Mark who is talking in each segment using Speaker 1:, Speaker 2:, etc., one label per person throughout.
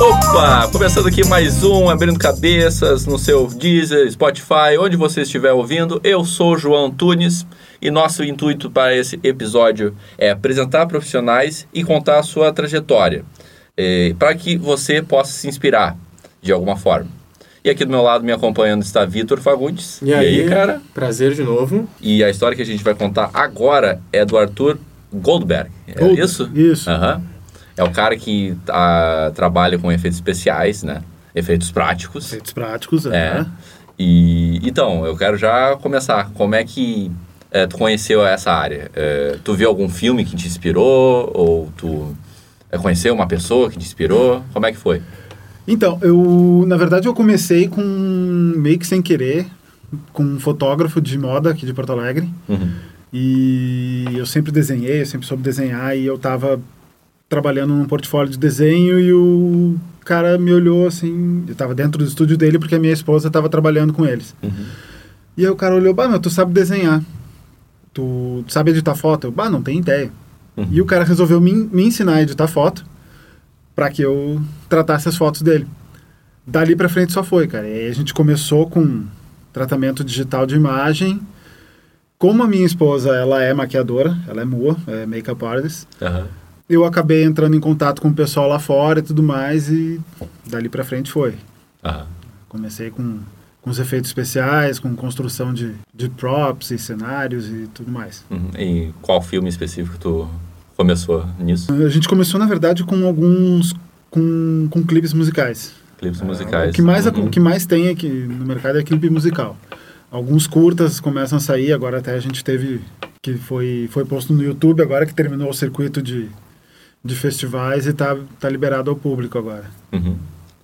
Speaker 1: Opa! Começando aqui mais um Abrindo Cabeças no seu Deezer, Spotify, onde você estiver ouvindo. Eu sou João Tunes e nosso intuito para esse episódio é apresentar profissionais e contar a sua trajetória, eh, para que você possa se inspirar de alguma forma. E aqui do meu lado, me acompanhando, está Vitor Fagundes.
Speaker 2: E aí,
Speaker 1: cara?
Speaker 2: Prazer de novo.
Speaker 1: E a história que a gente vai contar agora é do Arthur Goldberg. É
Speaker 3: Gold-
Speaker 1: isso?
Speaker 3: Isso.
Speaker 1: Aham. É o cara que ah, trabalha com efeitos especiais, né? Efeitos práticos.
Speaker 3: Efeitos práticos,
Speaker 1: É.
Speaker 3: é.
Speaker 1: E então, eu quero já começar. Como é que eh, tu conheceu essa área? Eh, tu viu algum filme que te inspirou? Ou tu eh, conheceu uma pessoa que te inspirou? Como é que foi?
Speaker 3: Então, eu, na verdade, eu comecei com meio que sem querer, com um fotógrafo de moda aqui de Porto Alegre. E eu sempre desenhei, eu sempre soube desenhar e eu tava trabalhando num portfólio de desenho e o cara me olhou assim, eu tava dentro do estúdio dele porque a minha esposa tava trabalhando com eles. E aí o cara olhou, bah, meu, tu sabe desenhar. Tu, tu sabe editar foto? Eu, bah, não tem ideia. E o cara resolveu me, en- me ensinar a editar foto para que eu tratasse as fotos dele. Dali pra frente só foi, cara. E aí a gente começou com tratamento digital de imagem. Como a minha esposa, ela é maquiadora, ela é mua, é make-up artist, eu acabei entrando em contato com o pessoal lá fora e tudo mais e dali pra frente foi. Comecei com, com os efeitos especiais, com construção de, de props e cenários e tudo mais.
Speaker 1: Uhum. E qual filme específico tu começou nisso?
Speaker 3: A gente começou, na verdade, com alguns... com, com clipes musicais.
Speaker 1: Clipes
Speaker 3: É, O
Speaker 1: musicais.
Speaker 3: que mais,
Speaker 1: Uhum.
Speaker 3: o que mais tem aqui no mercado é clipe musical. Alguns curtas começam a sair, agora até a gente teve que foi, foi posto no YouTube, agora que terminou o circuito de, de festivais e tá, tá liberado ao público agora.
Speaker 1: Uhum.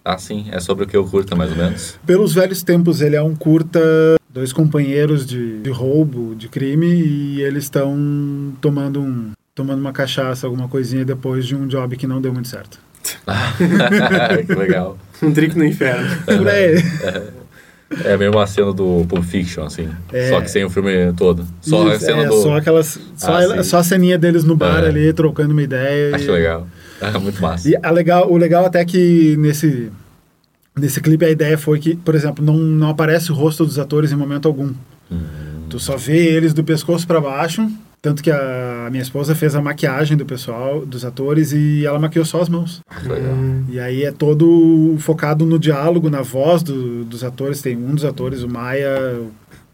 Speaker 1: Ah, sim. É sobre o que eu curto, mais ou menos.
Speaker 3: Pelos velhos tempos, ele é um curta, dois companheiros de, de roubo, de crime, e eles estão tomando um tomando uma cachaça, alguma coisinha depois de um job que não deu muito certo.
Speaker 1: que legal.
Speaker 2: Um drink no inferno.
Speaker 3: Por aí.
Speaker 1: É mesmo a cena do Pulp Fiction, assim.
Speaker 3: É.
Speaker 1: Só que sem o filme todo. Só a
Speaker 3: Isso,
Speaker 1: cena
Speaker 3: é,
Speaker 1: do.
Speaker 3: só aquelas só,
Speaker 1: Ah,
Speaker 3: ela-
Speaker 1: sim.
Speaker 3: só a ceninha deles no bar
Speaker 1: É.
Speaker 3: ali trocando uma ideia.
Speaker 1: Acho
Speaker 3: e-
Speaker 1: legal. É muito massa.
Speaker 3: E a legal, o legal até que nesse nesse clipe a ideia foi que, por exemplo, não, não aparece o rosto dos atores em momento algum.
Speaker 1: Hum.
Speaker 3: Tu só vê eles do pescoço pra baixo, tanto que a minha esposa fez a maquiagem do pessoal, dos atores e ela maquiou só as mãos.
Speaker 1: Acho legal.
Speaker 2: Hum,
Speaker 3: E aí é todo focado no diálogo, na voz do- dos atores. Tem um dos atores, o Maia,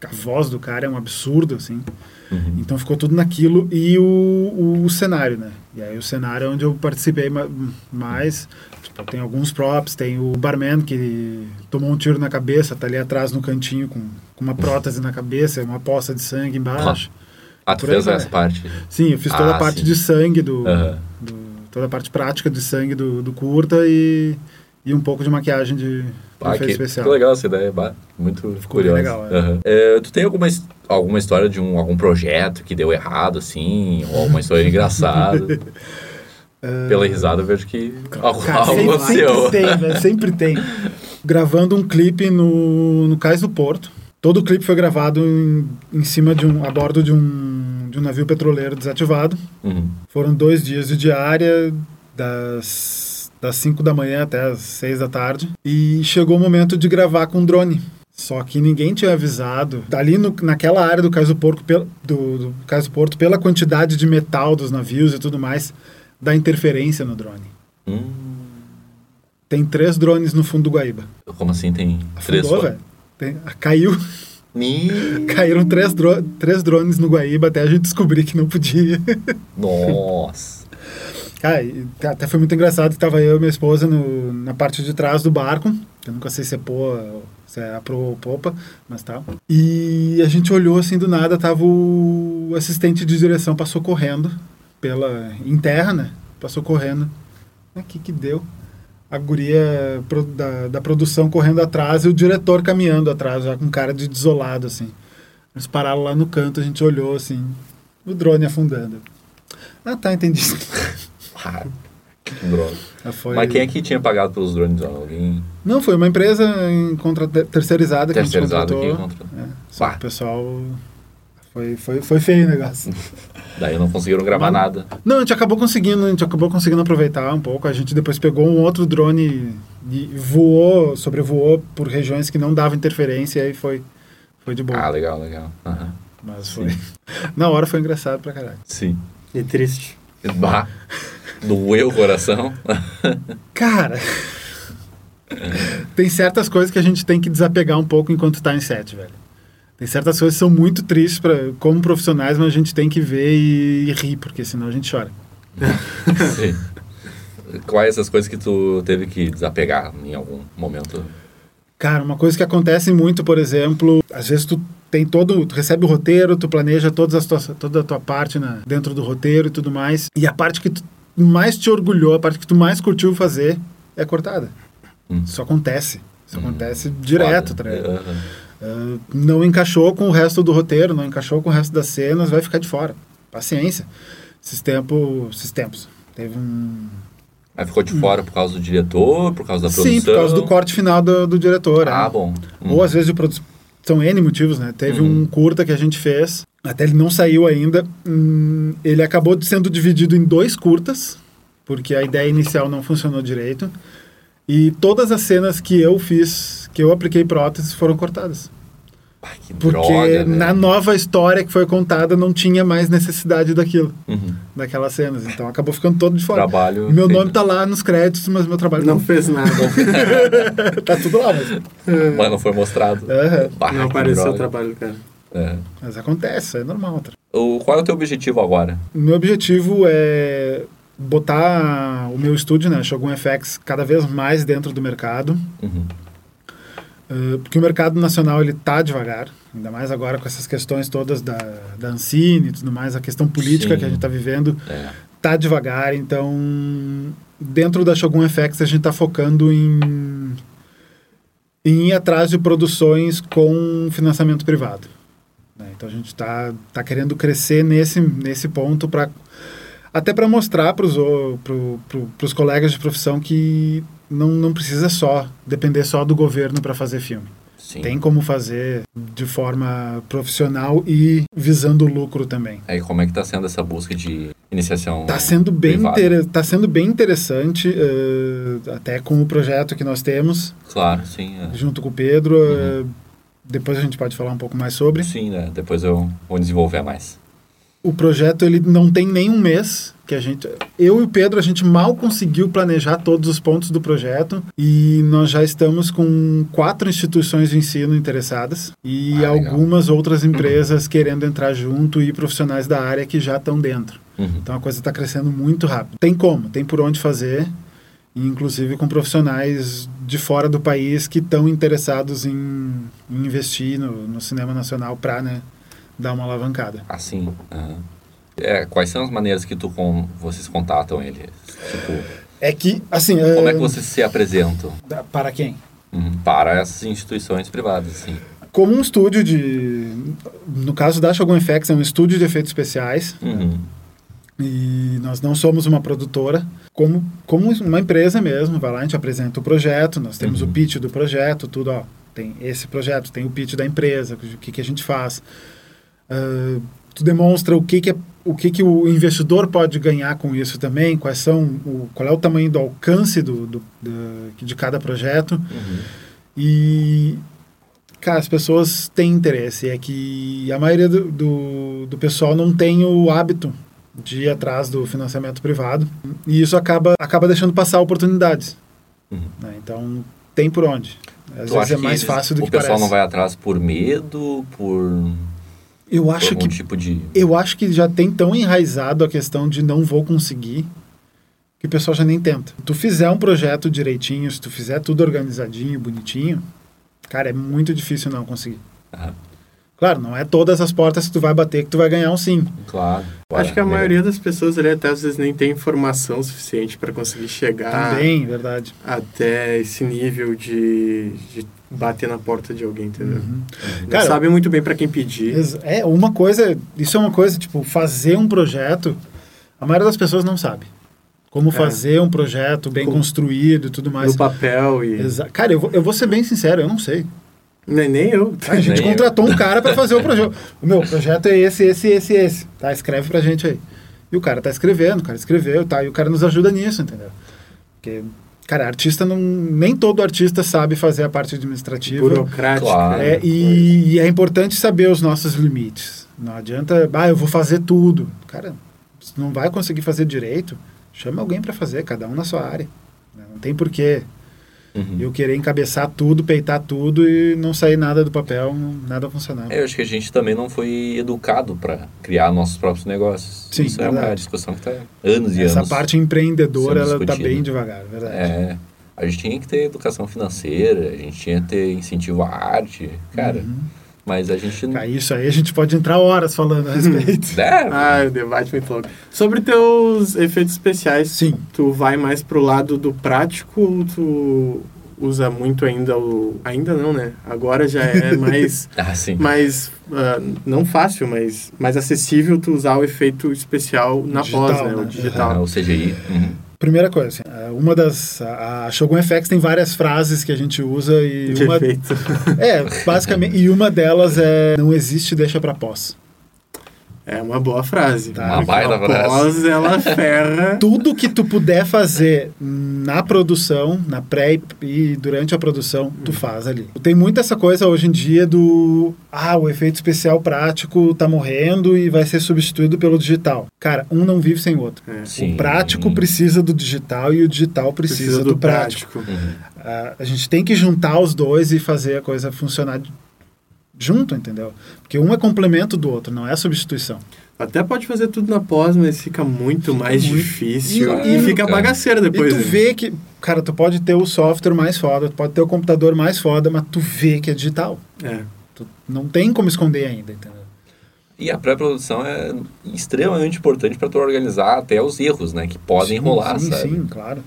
Speaker 3: a voz do cara é um absurdo, assim.
Speaker 1: Uhum.
Speaker 3: Então ficou tudo naquilo e o, o cenário, né? E aí o cenário é onde eu participei ma- mais. Tipo, tem alguns props, tem o barman que tomou um tiro na cabeça, tá ali atrás no cantinho com, com uma prótese na cabeça, uma poça de sangue embaixo.
Speaker 1: Ah, tu
Speaker 3: Por aí
Speaker 1: fez
Speaker 3: vai. Uhum.
Speaker 1: essa parte.
Speaker 3: Sim, eu fiz toda
Speaker 1: Ah,
Speaker 3: a parte
Speaker 1: sim.
Speaker 3: de sangue do,
Speaker 1: Aham.
Speaker 3: do- toda a parte prática de sangue do, do curta e, e um pouco de maquiagem de, de
Speaker 1: Ah,
Speaker 3: efeito
Speaker 1: que,
Speaker 3: especial.
Speaker 1: que legal essa ideia. bah, muito curioso.
Speaker 3: legal, é.
Speaker 1: Aham. É, tu tem alguma, his- alguma história de um, algum projeto que deu errado, assim? Ou alguma história engraçada? Pela risada, eu vejo que algo,
Speaker 3: Ah. Cara, então
Speaker 1: algo
Speaker 3: sempre,
Speaker 1: aconteceu.
Speaker 3: sempre tem, velho, sempre tem. Gravando um clipe no, no Cais do Porto. Todo o clipe foi gravado em, em cima de um, a bordo de um, de um navio petroleiro desativado.
Speaker 1: Uhum.
Speaker 3: Foram dois dias de diária, das, das 5 da manhã até as 6 da tarde. E chegou o momento de gravar com drone. Só que ninguém tinha avisado. Dali no, naquela área do Cais do, Porco, pel- do, do Cais do Porto, pela quantidade de metal dos navios e tudo mais, dá interferência no drone.
Speaker 1: Hum,
Speaker 3: Tem três drones no fundo do Guaíba.
Speaker 1: como assim tem três
Speaker 3: Afundou,
Speaker 1: fo-
Speaker 3: velho. Tem- ah, Caiu,
Speaker 1: Ni-
Speaker 3: caíram três, dro- três drones no Guaíba até a gente descobrir que não podia.
Speaker 1: Nossa.
Speaker 3: Cara, e tá, até foi muito engraçado que tava eu e minha esposa no, na parte de trás do barco. que Eu nunca sei se é proa, se é a proa ou popa, mas tá. E a gente olhou assim do nada, tava o assistente de direção passou correndo pela em terra, né? Passou correndo. O que que deu? A guria pro- da, da produção correndo atrás e o diretor caminhando atrás, já com cara de desolado, assim. Eles pararam lá no canto, a gente olhou assim, o drone afundando. Ah, tá, entendi.
Speaker 1: Ah, que droga.
Speaker 3: Ah, foi-
Speaker 1: Mas quem é que tinha pagado pelos drones? Alguém
Speaker 3: Não, foi uma empresa em contra... terceirizada que a gente
Speaker 1: terceirizado
Speaker 3: contratou.
Speaker 1: que encontrou?
Speaker 3: Só que
Speaker 1: Bah.
Speaker 3: o pessoal Foi, foi, foi feio o negócio.
Speaker 1: Daí não conseguiram gravar
Speaker 3: Não.
Speaker 1: nada.
Speaker 3: Não, a gente acabou conseguindo, a gente acabou conseguindo aproveitar um pouco. A gente depois pegou um outro drone e voou, sobrevoou por regiões que não dava interferência e aí foi, foi de boa.
Speaker 1: Ah, legal, legal. Aham.
Speaker 3: Mas foi. Na hora foi engraçado pra caralho.
Speaker 1: Sim.
Speaker 2: E é triste.
Speaker 1: Bah. Doeu o coração.
Speaker 3: Cara. tem certas coisas que a gente tem que desapegar um pouco enquanto tá em set, velho. Tem certas coisas que são muito tristes pra, como profissionais, mas a gente tem que ver e, e rir, porque senão a gente chora.
Speaker 1: Sim. Quais essas coisas que tu teve que desapegar em algum momento?
Speaker 3: Cara, uma coisa que acontece muito, por exemplo, às vezes tu tem todo, tu recebe o roteiro, tu planeja todas as tuas, toda a tua parte na, dentro do roteiro e tudo mais, e a parte que tu mais te orgulhou, a parte que tu mais curtiu fazer é cortada.
Speaker 1: Hum.
Speaker 3: Isso acontece. Isso acontece direto, tá ligado?
Speaker 1: Aham.
Speaker 3: Ah, não encaixou com o resto do roteiro, não encaixou com o resto das cenas, vai ficar de fora. Paciência. Esses tempos, esses tempos. Teve um,
Speaker 1: Aí ficou de fora por causa do diretor, por causa da produção?
Speaker 3: Sim, por causa do corte final do, do diretor.
Speaker 1: Ah,
Speaker 3: né?
Speaker 1: bom. Hum.
Speaker 3: Ou às vezes de produção. São N motivos, né? Teve
Speaker 1: Uhum.
Speaker 3: um curta que a gente fez, até ele não saiu ainda. Hum, ele acabou de- sendo dividido em dois curtas, porque a ideia inicial não funcionou direito. E todas as cenas que eu fiz, que eu apliquei prótese, foram cortadas.
Speaker 1: Ah, que
Speaker 3: Porque
Speaker 1: droga, né?
Speaker 3: na nova história que foi contada, não tinha mais necessidade daquilo,
Speaker 1: Uhum.
Speaker 3: daquelas cenas. Então acabou ficando todo de fora.
Speaker 1: Trabalho...
Speaker 3: Meu
Speaker 1: feito.
Speaker 3: nome tá lá nos créditos, mas meu trabalho
Speaker 2: Não
Speaker 3: não.
Speaker 2: fez nada.
Speaker 3: tá tudo lá, mas.
Speaker 1: Mas não foi mostrado.
Speaker 3: Aham.
Speaker 1: Bah,
Speaker 2: Não
Speaker 1: que
Speaker 2: apareceu o
Speaker 1: droga.
Speaker 2: trabalho do cara.
Speaker 1: É.
Speaker 3: Mas acontece, é normal. Tá?
Speaker 1: O, qual é o teu objetivo agora?
Speaker 3: Meu objetivo é botar o meu estúdio, né, Shogun FX, cada vez mais dentro do mercado,
Speaker 1: Uhum.
Speaker 3: eh, porque o mercado nacional ele tá devagar, ainda mais agora com essas questões todas da, da Ancine e tudo mais, a questão política
Speaker 1: Sim.
Speaker 3: que a gente está vivendo
Speaker 1: É.
Speaker 3: tá devagar, então dentro da Shogun FX a gente está focando em em ir atrás de produções com financiamento privado. né? Então a gente está tá querendo crescer nesse, nesse ponto para até para mostrar para os pro, pro, pros colegas de profissão que não, não precisa só depender só do governo para fazer filme.
Speaker 1: Sim.
Speaker 3: Tem como fazer de forma profissional e visando o lucro também.
Speaker 1: Aí como é que tá sendo essa busca de iniciação?
Speaker 3: Tá sendo bem,
Speaker 1: privado.
Speaker 3: inter... tá sendo bem interessante, eh, até com o projeto que nós temos,
Speaker 1: Claro, sim. é.
Speaker 3: junto com o Pedro. eh, depois a gente pode falar um pouco mais sobre.
Speaker 1: Uhum. Sim, né? Depois eu vou desenvolver mais.
Speaker 3: O projeto, ele não tem nem um mês que a gente... Eu e o Pedro, a gente mal conseguiu planejar todos os pontos do projeto e nós já estamos com quatro instituições de ensino interessadas e
Speaker 1: Ah, legal.
Speaker 3: algumas outras empresas querendo entrar junto e profissionais da área que já estão dentro.
Speaker 1: Uhum.
Speaker 3: Então a coisa está crescendo muito rápido. Tem como, tem por onde fazer, e inclusive com profissionais de fora do país que estão interessados em, em investir no, no cinema nacional para né, dar uma alavancada.
Speaker 1: Assim. aham. É, quais são as maneiras que tu com, vocês contatam ele? Tipo,
Speaker 3: É que, assim.
Speaker 1: como é que vocês se apresentam
Speaker 3: da- Para quem?
Speaker 1: Uhum. para essas instituições privadas, assim? sim.
Speaker 3: Como um estúdio de. No caso da Shogun FX, é um estúdio de efeitos especiais.
Speaker 1: Uhum.
Speaker 3: E nós não somos uma produtora, como, como uma empresa mesmo. Vai lá, a gente apresenta o projeto, nós temos
Speaker 1: Uhum.
Speaker 3: o pitch do projeto, tudo, ó. Tem esse projeto, tem o pitch da empresa, o que, que a gente faz. Ah, tu demonstra o que, que é o que, que o investidor pode ganhar com isso também, quais são o, qual é o tamanho do alcance do, do, da- de cada projeto.
Speaker 1: Uhum.
Speaker 3: E, cara, as pessoas têm interesse. É que a maioria do, do, do pessoal não tem o hábito de ir atrás do financiamento privado. E isso acaba, acaba deixando passar oportunidades.
Speaker 1: Uhum.
Speaker 3: né? Então, tem por onde. Às
Speaker 1: Tu
Speaker 3: vezes
Speaker 1: acha
Speaker 3: é
Speaker 1: eles-
Speaker 3: mais fácil do
Speaker 1: o
Speaker 3: que
Speaker 1: pessoal
Speaker 3: parece.
Speaker 1: não vai atrás por medo, por,
Speaker 3: Eu
Speaker 1: por
Speaker 3: acho
Speaker 1: algum
Speaker 3: que
Speaker 1: tipo de...
Speaker 3: eu acho que já tem tão enraizado a questão de não vou conseguir que o pessoal já nem tenta. Se tu fizer um projeto direitinho, se tu fizer tudo organizadinho, bonitinho, cara, é muito difícil não conseguir.
Speaker 2: Ah.
Speaker 1: Aham.
Speaker 3: Claro, não é todas as portas que tu vai bater que tu vai ganhar um sim.
Speaker 1: Claro.
Speaker 2: Acho que a
Speaker 1: Olha,
Speaker 2: maioria das pessoas ali até às vezes nem tem informação suficiente para conseguir chegar
Speaker 3: Também, verdade.
Speaker 2: até esse nível de, de bater na porta de alguém, entendeu?
Speaker 3: Uhum.
Speaker 1: É.
Speaker 2: Não
Speaker 3: Cara,
Speaker 2: sabe muito bem para quem pedir.
Speaker 3: Ex- É uma coisa, isso é uma coisa, tipo, fazer um projeto, a maioria das pessoas não sabe. Como
Speaker 2: É.
Speaker 3: fazer um projeto bem
Speaker 2: Com-
Speaker 3: construído e tudo mais.
Speaker 2: No papel e.
Speaker 3: Exa- Cara, eu vou, eu vou ser bem sincero, eu não sei.
Speaker 2: Nem, nem eu.
Speaker 3: A gente
Speaker 1: Nem eu.
Speaker 3: contratou um cara pra fazer o projeto. O meu projeto é esse, esse, esse, esse. Tá, escreve pra gente aí. E o cara tá escrevendo, o cara escreveu, tá? E o cara nos ajuda nisso, entendeu? Porque, cara, artista não. Nem todo artista sabe fazer a parte administrativa.
Speaker 2: Burocrático.
Speaker 1: Claro.
Speaker 3: É, e, e é importante saber os nossos limites. Não adianta, ah, eu vou fazer tudo. Cara, se não vai conseguir fazer direito, chama alguém pra fazer, cada um na sua área. Não tem porquê
Speaker 1: Uhum.
Speaker 3: eu querer encabeçar tudo, peitar tudo e não sair nada do papel, nada funcionar.
Speaker 1: Eu acho que a gente também não foi educado para criar nossos próprios negócios.
Speaker 3: Sim,
Speaker 1: Isso é uma
Speaker 3: verdade.
Speaker 1: discussão que está anos e anos.
Speaker 3: Essa parte empreendedora,
Speaker 1: sendo
Speaker 3: ela está
Speaker 1: discutida.
Speaker 3: bem devagar, é verdade.
Speaker 1: É, a gente tinha que ter educação financeira, a gente tinha que ter incentivo à arte, cara.
Speaker 3: Uhum.
Speaker 1: Mas a gente não.
Speaker 3: Cara, isso aí a gente pode entrar horas falando a respeito.
Speaker 1: É,
Speaker 2: Ah, o debate foi muito louco. Sobre teus efeitos especiais,
Speaker 3: Sim.
Speaker 2: tu vai mais pro lado do prático ou tu usa muito ainda o... Ainda não, né? Agora já é mais...
Speaker 1: ah, sim.
Speaker 2: mais ah, não fácil, mas mais acessível tu usar o efeito especial na
Speaker 3: Digital,
Speaker 2: pós, né? O
Speaker 3: né?
Speaker 1: Ah,
Speaker 2: digital.
Speaker 1: o CGI. uhum.
Speaker 3: Primeira coisa, assim, ah, uma das... A a Shogun FX tem várias frases que a gente usa e
Speaker 2: De
Speaker 3: uma...
Speaker 2: efeito.
Speaker 3: É, basicamente, e uma delas é não existe deixa pra pós.
Speaker 2: É uma boa frase.
Speaker 3: Tá. Uma
Speaker 2: Porque
Speaker 1: baita
Speaker 2: a
Speaker 1: frase.
Speaker 2: pós, ela ferra...
Speaker 3: Tudo que tu puder fazer na produção, na pré e- e durante a produção, tu faz ali. Tem muito essa coisa hoje em dia do ah, o efeito especial prático tá morrendo e vai ser substituído pelo digital. Cara, um não vive sem o outro.
Speaker 2: É,
Speaker 1: Sim.
Speaker 3: O prático precisa do digital e o digital precisa, do, prático. Ah,
Speaker 1: Uhum.
Speaker 3: A- a gente tem que juntar os dois e fazer a coisa funcionar de- junto, entendeu? Porque um é complemento do outro, não é substituição.
Speaker 2: Até pode fazer tudo na pós, mas fica muito mais
Speaker 3: muito- é.
Speaker 2: difícil.
Speaker 1: E-
Speaker 2: E,
Speaker 1: e-
Speaker 2: fica
Speaker 1: Cara.
Speaker 2: bagaceira depois.
Speaker 3: e tu
Speaker 2: né?
Speaker 3: vê que, cara, tu pode ter o software mais foda, tu pode ter o computador mais foda, mas tu vê que é digital.
Speaker 2: É.
Speaker 3: Tu não tem como esconder ainda, entendeu?
Speaker 1: E a pré-produção é extremamente importante para tu organizar até os erros, né? Que podem
Speaker 3: Sim,
Speaker 1: rolar,
Speaker 3: sim,
Speaker 1: sabe? Uhum.
Speaker 3: Sim, claro.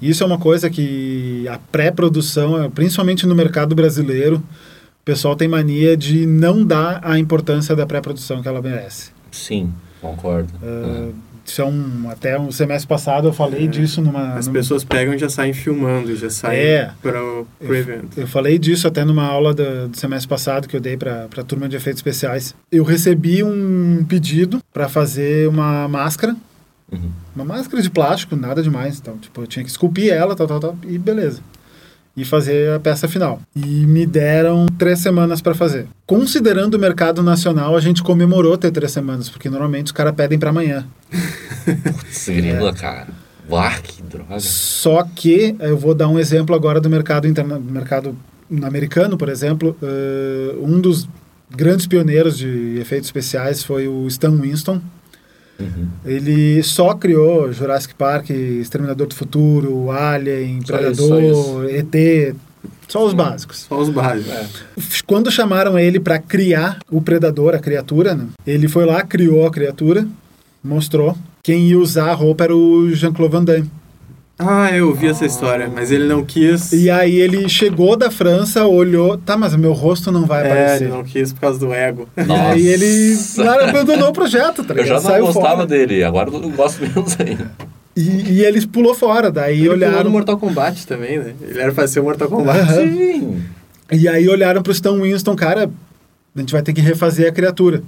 Speaker 3: Isso é uma coisa que a pré-produção, principalmente no mercado brasileiro, o pessoal tem mania de não dar a importância da pré-produção que ela merece. Ah,
Speaker 1: Sim, concordo. Uhum.
Speaker 3: Isso é um, até um semestre passado eu falei
Speaker 2: É.
Speaker 3: disso numa...
Speaker 2: As
Speaker 3: numa-
Speaker 2: pessoas pegam e já saem filmando, já saem
Speaker 3: Ah, É.
Speaker 2: pro, pro evento.
Speaker 3: Eu falei disso até numa aula do, do semestre passado que eu dei para a turma de efeitos especiais. Eu recebi um pedido para fazer uma máscara,
Speaker 1: Uhum.
Speaker 3: uma máscara de plástico, nada demais. Então, tipo, eu tinha que esculpir ela, tal, tal, tal, e beleza. E fazer a peça final. E me deram três semanas para fazer. Considerando o mercado nacional, a gente comemorou ter três semanas, porque normalmente os caras pedem para amanhã.
Speaker 1: Putz, grila,
Speaker 3: é.
Speaker 1: cara. Uá, que droga.
Speaker 3: Só que eu vou dar um exemplo agora do mercado interna... do mercado americano, por exemplo, eh, um dos grandes pioneiros de efeitos especiais foi o Stan Winston.
Speaker 1: Uhum.
Speaker 3: Ele só criou Jurassic Park, Exterminador do Futuro, Alien,
Speaker 1: Só
Speaker 3: Predador,
Speaker 1: isso, só isso.
Speaker 3: ET, só os básicos.
Speaker 2: Só os básicos.
Speaker 1: É.
Speaker 3: Quando chamaram ele para criar o predador, a criatura, né? ele foi lá, criou a criatura, mostrou. Quem ia usar a roupa era o Jean-Claude Van Damme.
Speaker 2: Ah, eu ouvi essa história, mas ele não quis.
Speaker 3: E aí ele chegou da França, olhou, tá, mas meu rosto não vai
Speaker 2: é,
Speaker 3: aparecer.
Speaker 2: ele não quis por causa do ego.
Speaker 3: E
Speaker 1: Nossa.
Speaker 3: aí ele claro, abandonou o projeto, tá
Speaker 1: Eu
Speaker 3: ligado?
Speaker 1: já não
Speaker 3: Saiu
Speaker 1: gostava
Speaker 3: fora.
Speaker 1: dele, agora eu não gosto menos ainda.
Speaker 3: E, e ele pulou fora, daí
Speaker 2: ele pulou no
Speaker 3: olharam.
Speaker 2: Mortal Kombat também, né? Ele era pra ser o Mortal Kombat.
Speaker 3: Aham.
Speaker 1: Sim.
Speaker 3: E aí olharam pro Stan Winston, cara, a gente vai ter que refazer a criatura.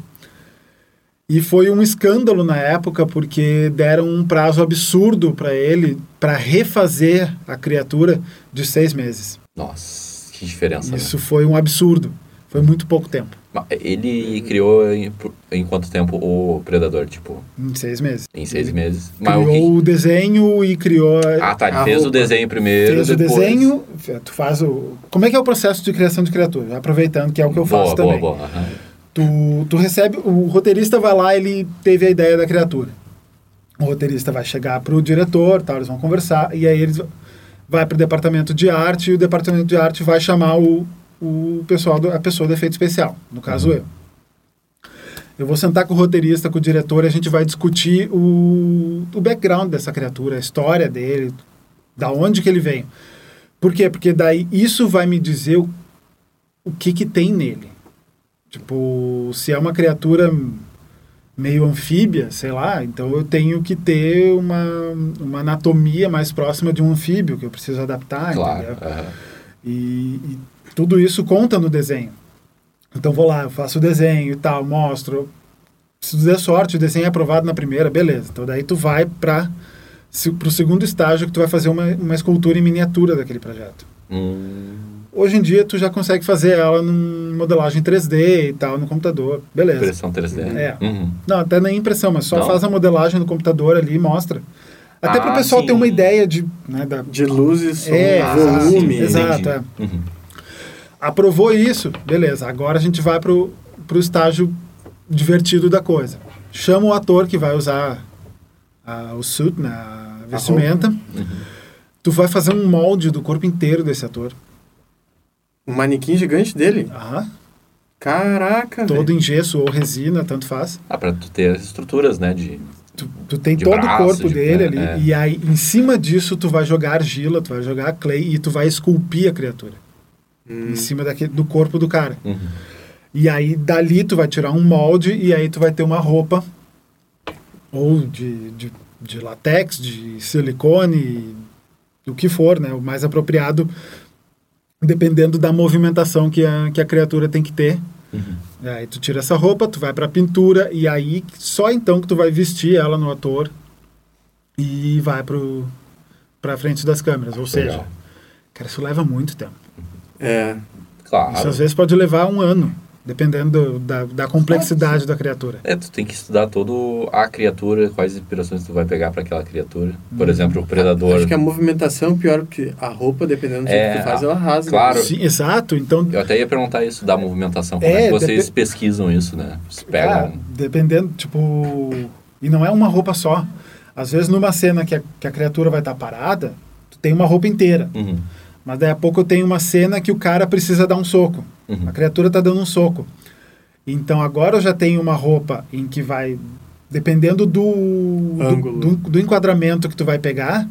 Speaker 3: E foi um escândalo na época, porque deram um prazo absurdo pra ele para refazer a criatura de seis meses.
Speaker 1: Nossa, que diferença.
Speaker 3: Isso foi um absurdo. Foi muito pouco tempo.
Speaker 1: né? Mas Ele criou em, por- em quanto tempo o Predador? Tipo,
Speaker 3: Em seis meses.
Speaker 1: em seis meses. Mas o
Speaker 3: Criou
Speaker 1: que...
Speaker 3: o desenho e criou a-
Speaker 1: Ah, tá, ele
Speaker 2: a
Speaker 1: fez o
Speaker 2: roupa.
Speaker 1: desenho primeiro,
Speaker 3: fez o
Speaker 1: depois...
Speaker 3: desenho, tu faz o. Como é que é o processo de criação de criatura? Aproveitando que é o que eu
Speaker 1: boa,
Speaker 3: faço
Speaker 1: boa,
Speaker 3: também.
Speaker 1: Boa, aham.
Speaker 3: Tu, tu recebe, o roteirista vai lá, ele teve a ideia da criatura. O roteirista vai chegar pro diretor, tal, eles vão conversar, e aí eles vai pro departamento de arte, e o departamento de arte vai chamar o, o pessoal, do, a pessoa do efeito especial, no caso
Speaker 1: Uhum.
Speaker 3: eu. Eu vou sentar com o roteirista, com o diretor, e a gente vai discutir o, o background dessa criatura, a história dele, da onde que ele veio. Por quê? Porque daí isso vai me dizer o, o que que tem nele. Tipo, se é uma criatura meio anfíbia, sei lá, então eu tenho que ter uma, uma anatomia mais próxima de um anfíbio, que eu preciso adaptar,
Speaker 1: Claro. é.
Speaker 3: entendeu?
Speaker 1: aham.
Speaker 3: E, e tudo isso conta no desenho. Então vou lá, eu faço o desenho e tal, mostro. Se tu der sorte, o desenho é aprovado na primeira, beleza. Então daí tu vai para o segundo estágio que tu vai fazer uma, uma escultura em miniatura daquele projeto.
Speaker 1: Hum,
Speaker 3: Hoje em dia tu já consegue fazer ela numa modelagem 3D e tal, no computador. Beleza.
Speaker 1: impressão 3D.
Speaker 3: É.
Speaker 1: Uhum.
Speaker 3: Não, até nem impressão, mas só
Speaker 1: Não.
Speaker 3: faz a modelagem no computador ali e mostra. Até
Speaker 1: Ah,
Speaker 3: para o pessoal ter
Speaker 1: sim.
Speaker 3: uma ideia de, né, da,
Speaker 2: De luzes, som,
Speaker 3: é,
Speaker 2: volume.
Speaker 3: Exato,
Speaker 1: entendi.
Speaker 3: é.
Speaker 1: Uhum.
Speaker 3: Aprovou isso, beleza. Agora a gente vai pro, pro estágio divertido da coisa. Chama o ator que vai usar a- o suit, né, a vestimenta. Tu vai fazer um molde do corpo inteiro desse ator.
Speaker 2: O Um manequim gigante dele.
Speaker 3: Aham.
Speaker 2: Caraca,
Speaker 3: Todo
Speaker 2: velho.
Speaker 3: em gesso ou resina, tanto faz.
Speaker 1: Ah, pra tu ter as estruturas, né? De...
Speaker 3: Tu, tu tem
Speaker 1: De
Speaker 3: todo
Speaker 1: braço,
Speaker 3: o corpo
Speaker 1: de
Speaker 3: dele ali.
Speaker 1: perna, é.
Speaker 3: E aí, em cima disso, tu vai jogar argila, tu vai jogar clay e tu vai esculpir a criatura. Em cima daquele, do corpo do cara.
Speaker 1: Uhum.
Speaker 3: E aí, dali, tu vai tirar um molde e aí tu vai ter uma roupa ou de, de, de latex, de silicone, do que for, né? O mais apropriado, dependendo da movimentação que a, que a criatura tem que ter.
Speaker 1: uhum.
Speaker 3: E aí tu tira essa roupa, tu vai pra pintura e aí só então que tu vai vestir ela no ator e vai pro pra frente das câmeras, ou seja,
Speaker 1: Legal.
Speaker 3: cara, isso leva muito tempo.
Speaker 2: É.
Speaker 1: Claro.
Speaker 3: Isso às vezes pode levar um ano, dependendo da, da complexidade da criatura.
Speaker 1: É, tu tem que estudar todo a criatura, quais inspirações tu vai pegar pra aquela criatura.
Speaker 3: Uhum.
Speaker 1: Por exemplo, o predador.
Speaker 2: Acho que a movimentação é pior, porque a roupa, dependendo do
Speaker 1: É,
Speaker 2: que tu faz, ela arrasa. né?
Speaker 1: claro.
Speaker 3: Sim, exato. Então,
Speaker 1: Eu até ia perguntar isso da movimentação. Como é,
Speaker 3: É,
Speaker 1: que vocês
Speaker 3: depe-
Speaker 1: pesquisam isso, né? Vocês pegam.
Speaker 3: cara, Ah, dependendo, tipo. E não é uma roupa só. Às vezes, numa cena que a, que a criatura vai estar parada, tu tem uma roupa inteira.
Speaker 1: Uhum,
Speaker 3: Mas daí a pouco eu tenho uma cena que o cara precisa dar um soco.
Speaker 1: uhum.
Speaker 3: A criatura tá dando um soco. Então agora eu já tenho uma roupa em que vai. Dependendo do.
Speaker 2: Ângulo.
Speaker 3: Do, do, do enquadramento que tu vai pegar,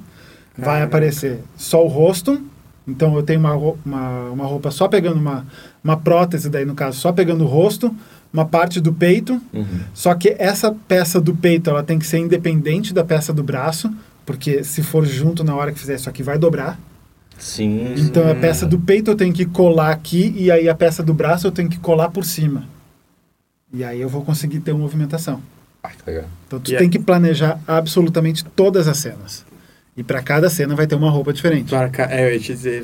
Speaker 3: vai
Speaker 2: Caraca.
Speaker 3: aparecer só o rosto. Então eu tenho uma, ro- uma, uma roupa só pegando uma, uma prótese, daí no caso, só pegando o rosto, uma parte do peito.
Speaker 1: uhum.
Speaker 3: Só que essa peça do peito ela tem que ser independente da peça do braço, porque se for junto na hora que fizer isso aqui, vai dobrar.
Speaker 1: Sim.
Speaker 3: Então a peça do peito eu tenho que colar aqui e aí a peça do braço eu tenho que colar por cima. E aí eu vou conseguir ter uma movimentação.
Speaker 1: Ah, que legal.
Speaker 3: Então tu
Speaker 2: E é
Speaker 3: tem
Speaker 2: aí-
Speaker 3: que planejar absolutamente todas as cenas. E para cada cena vai ter uma roupa diferente.
Speaker 2: Pra ca- É, eu ia te dizer.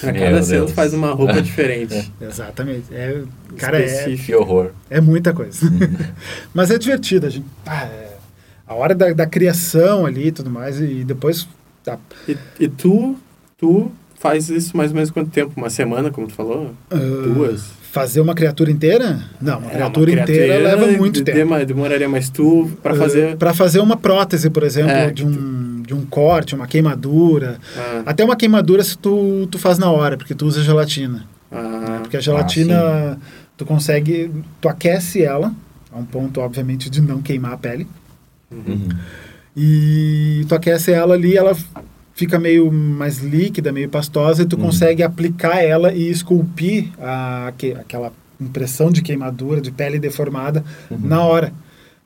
Speaker 2: Pra
Speaker 1: Meu
Speaker 2: cada cena
Speaker 1: Deus.
Speaker 2: tu faz uma roupa diferente.
Speaker 3: Exatamente. É, cara, é,
Speaker 1: Que horror.
Speaker 3: é muita coisa. Mas é divertido. A, gente, ah, é- a hora da, da criação ali e tudo mais. E depois. tá,
Speaker 2: E, e tu, tu faz isso mais ou menos quanto tempo? Uma semana, como tu falou?
Speaker 3: ah,
Speaker 2: Duas?
Speaker 3: Fazer uma criatura inteira? Não, uma
Speaker 2: É,
Speaker 3: criatura
Speaker 2: uma
Speaker 3: inteira leva muito
Speaker 2: de-
Speaker 3: tempo. Ah.
Speaker 2: dema- Demoraria mais tu pra fazer.
Speaker 3: Para Eh, fazer uma prótese, por exemplo,
Speaker 2: É,
Speaker 3: de, um, de um corte, uma queimadura.
Speaker 2: Ah,
Speaker 3: Até uma queimadura se tu, tu faz na hora, porque tu usa gelatina.
Speaker 2: ah,
Speaker 3: Porque a gelatina, tu consegue... Tu aquece ela, a um ponto, obviamente, de não queimar a pele.
Speaker 1: Uhum.
Speaker 3: E tu aquece ela ali, ela fica meio mais líquida, meio pastosa, e tu
Speaker 1: Uhum.
Speaker 3: consegue aplicar ela e esculpir a, que, aquela impressão de queimadura, de pele deformada,
Speaker 1: Uhum.
Speaker 3: na hora.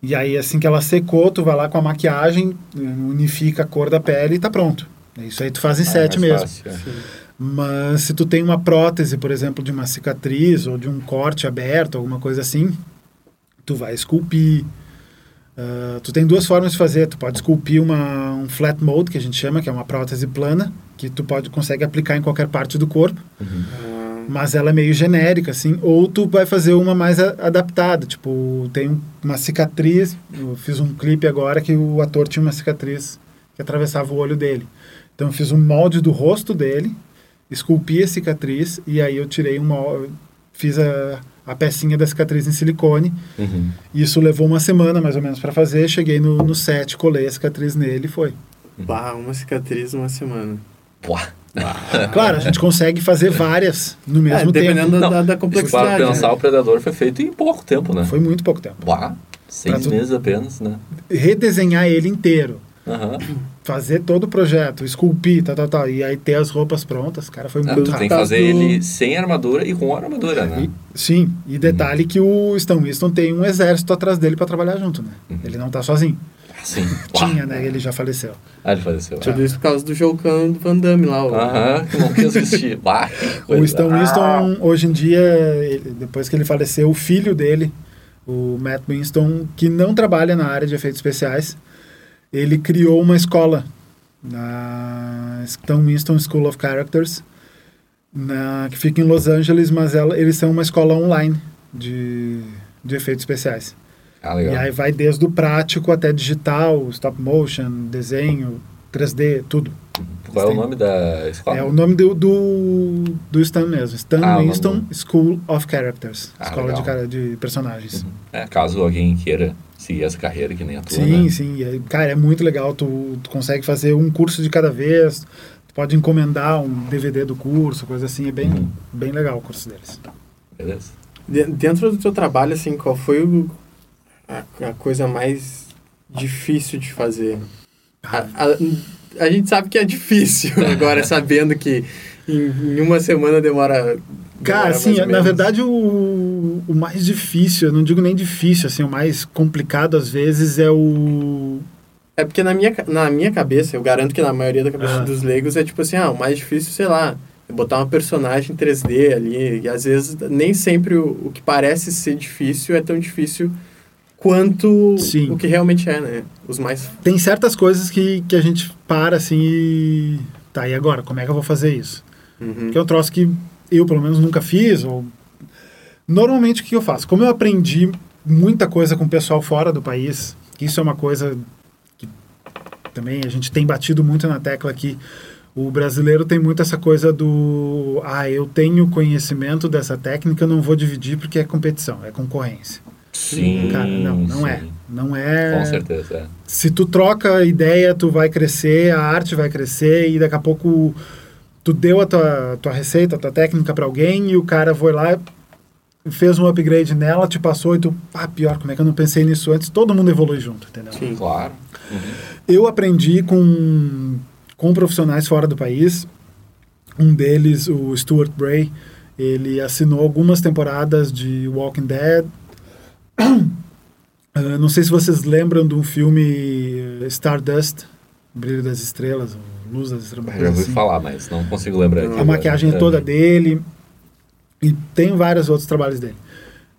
Speaker 3: E aí, assim que ela secou, tu vai lá com a maquiagem, unifica a cor da pele e tá pronto. Isso aí tu faz em
Speaker 1: Ah,
Speaker 3: sete
Speaker 1: mais
Speaker 3: mesmo.
Speaker 1: fácil, é.
Speaker 3: Mas se tu tem uma prótese, por exemplo, de uma cicatriz ou de um corte aberto, alguma coisa assim, tu vai esculpir. Ah, tu tem duas formas de fazer. Tu pode esculpir uma, um flat mold, que a gente chama, que é uma prótese plana, que tu pode consegue aplicar em qualquer parte do corpo,
Speaker 2: ah,
Speaker 3: mas ela é meio genérica, assim. Ou tu vai fazer uma mais a- adaptada, tipo, tem um- uma cicatriz. Eu fiz um clipe agora que o ator tinha uma cicatriz que atravessava o olho dele. Então eu fiz um molde do rosto dele, esculpi a cicatriz e aí eu tirei uma eu fiz a, a pecinha da cicatriz em silicone.
Speaker 1: Uhum.
Speaker 3: Isso levou uma semana mais ou menos para fazer. Cheguei no, no set, colei a cicatriz nele e foi.
Speaker 2: bah, uma cicatriz uma semana.
Speaker 1: Pua.
Speaker 3: Claro, a gente consegue fazer várias no mesmo
Speaker 2: Ah. é, dependendo
Speaker 3: tempo.
Speaker 1: Não,
Speaker 2: da, da- da
Speaker 1: Isso para
Speaker 2: complexidade.
Speaker 1: pensar,
Speaker 2: né?
Speaker 1: o predador foi feito em pouco tempo, né?
Speaker 3: Foi muito pouco tempo.
Speaker 1: Pua. Seis
Speaker 3: Pra tu-
Speaker 1: meses apenas, né?
Speaker 3: Redesenhar ele inteiro.
Speaker 1: Aham.
Speaker 3: fazer todo o projeto, esculpir, tá, tá, tá, e aí ter as roupas prontas, cara, foi
Speaker 1: Ah,
Speaker 3: muito
Speaker 1: tu tem que
Speaker 3: rápido.
Speaker 1: fazer ele sem armadura e com armadura, né?
Speaker 3: Tá E- sim, e detalhe que o Stan Winston tem um exército atrás dele para trabalhar junto, né? Ele não tá sozinho.
Speaker 1: Assim.
Speaker 3: Tinha, né? Ele já faleceu.
Speaker 1: Ah, ele faleceu.
Speaker 2: Tudo isso por causa do Jolcão do Van Damme lá. o-
Speaker 1: Aham, que não quis vestir. Bah, que coisa.
Speaker 3: O Stan Winston, hoje em dia, ele- depois que ele faleceu, o filho dele, o Matt Winston, que não trabalha na área de efeitos especiais, ele criou uma escola, na Stan Winston School of Characters, na, que fica em Los Angeles, mas ela, eles são uma escola online de, de efeitos especiais.
Speaker 1: Ah,
Speaker 3: E
Speaker 1: legal.
Speaker 3: aí vai desde o prático até digital, stop motion, desenho, 3D, tudo.
Speaker 1: Qual é o nome da escola?
Speaker 3: É o nome do, do, do Stan mesmo. Stan
Speaker 1: Ah, o nome
Speaker 3: Winston School of Characters.
Speaker 1: Ah,
Speaker 3: escola
Speaker 1: legal.
Speaker 3: de, cara, de personagens.
Speaker 1: É, caso alguém queira seguir essa carreira que nem a tua,
Speaker 3: Sim,
Speaker 1: né?
Speaker 3: sim. E aí, cara, é muito legal. Tu, tu consegue fazer um curso de cada vez. Tu pode encomendar um DVD do curso, coisa assim. É bem,
Speaker 1: Uhum.
Speaker 3: bem legal o curso deles.
Speaker 1: Beleza?
Speaker 2: De- Dentro do teu trabalho, assim, qual foi o- a, a coisa mais difícil de fazer? A, a- a gente sabe que é difícil agora, sabendo que em, em uma semana demora. demora
Speaker 1: é
Speaker 3: Cara,
Speaker 2: mais
Speaker 3: assim,
Speaker 2: ou
Speaker 3: na
Speaker 2: menos.
Speaker 3: verdade o, o mais difícil, eu não digo nem difícil, assim, o mais complicado às vezes é o
Speaker 2: É porque na minha, ca- na minha cabeça, eu garanto que na maioria da cabeça
Speaker 3: Ah.
Speaker 2: dos leigos é tipo assim, ah, o mais difícil, sei lá, é botar uma personagem 3D ali. E às vezes nem sempre o, o que parece ser difícil é tão difícil quanto
Speaker 3: Sim.
Speaker 2: o que realmente é, né? Os mais.
Speaker 3: tem certas coisas que, que a gente para assim e. Tá, e agora? Como é que eu vou fazer isso?
Speaker 2: Uhum.
Speaker 3: Que é um troço que eu, pelo menos, nunca fiz. Ou... Normalmente, o que eu faço? Como eu aprendi muita coisa com o pessoal fora do país, que isso é uma coisa que também a gente tem batido muito na tecla aqui. O brasileiro tem muito essa coisa do. Ah, eu tenho conhecimento dessa técnica, eu não vou dividir porque é competição, é concorrência.
Speaker 1: Sim.
Speaker 3: Cara, não, não é.
Speaker 1: sim.
Speaker 3: Não é.
Speaker 1: Com certeza, é.
Speaker 3: se tu troca a ideia, tu vai crescer, a arte vai crescer e daqui a pouco tu deu a tua, tua receita, a tua técnica pra alguém e o cara foi lá fez um upgrade nela, te passou e tu, ah, pior, como é que eu não pensei nisso antes? Todo mundo evolui junto, entendeu?
Speaker 2: Sim.
Speaker 1: Claro.
Speaker 3: Eu aprendi com, com profissionais fora do país. Um deles, o Stuart Bray, ele assinou algumas temporadas de Walking Dead. Ah, não sei se vocês lembram de um filme eh, Stardust, Brilho das Estrelas, ou Luz das Estrelas. uma
Speaker 1: Já
Speaker 3: coisa
Speaker 1: ouvi
Speaker 3: assim.
Speaker 1: falar, mas não consigo lembrar. aqui
Speaker 3: A
Speaker 1: agora.
Speaker 3: maquiagem é
Speaker 1: Uhum.
Speaker 3: toda dele. E tem vários outros trabalhos dele.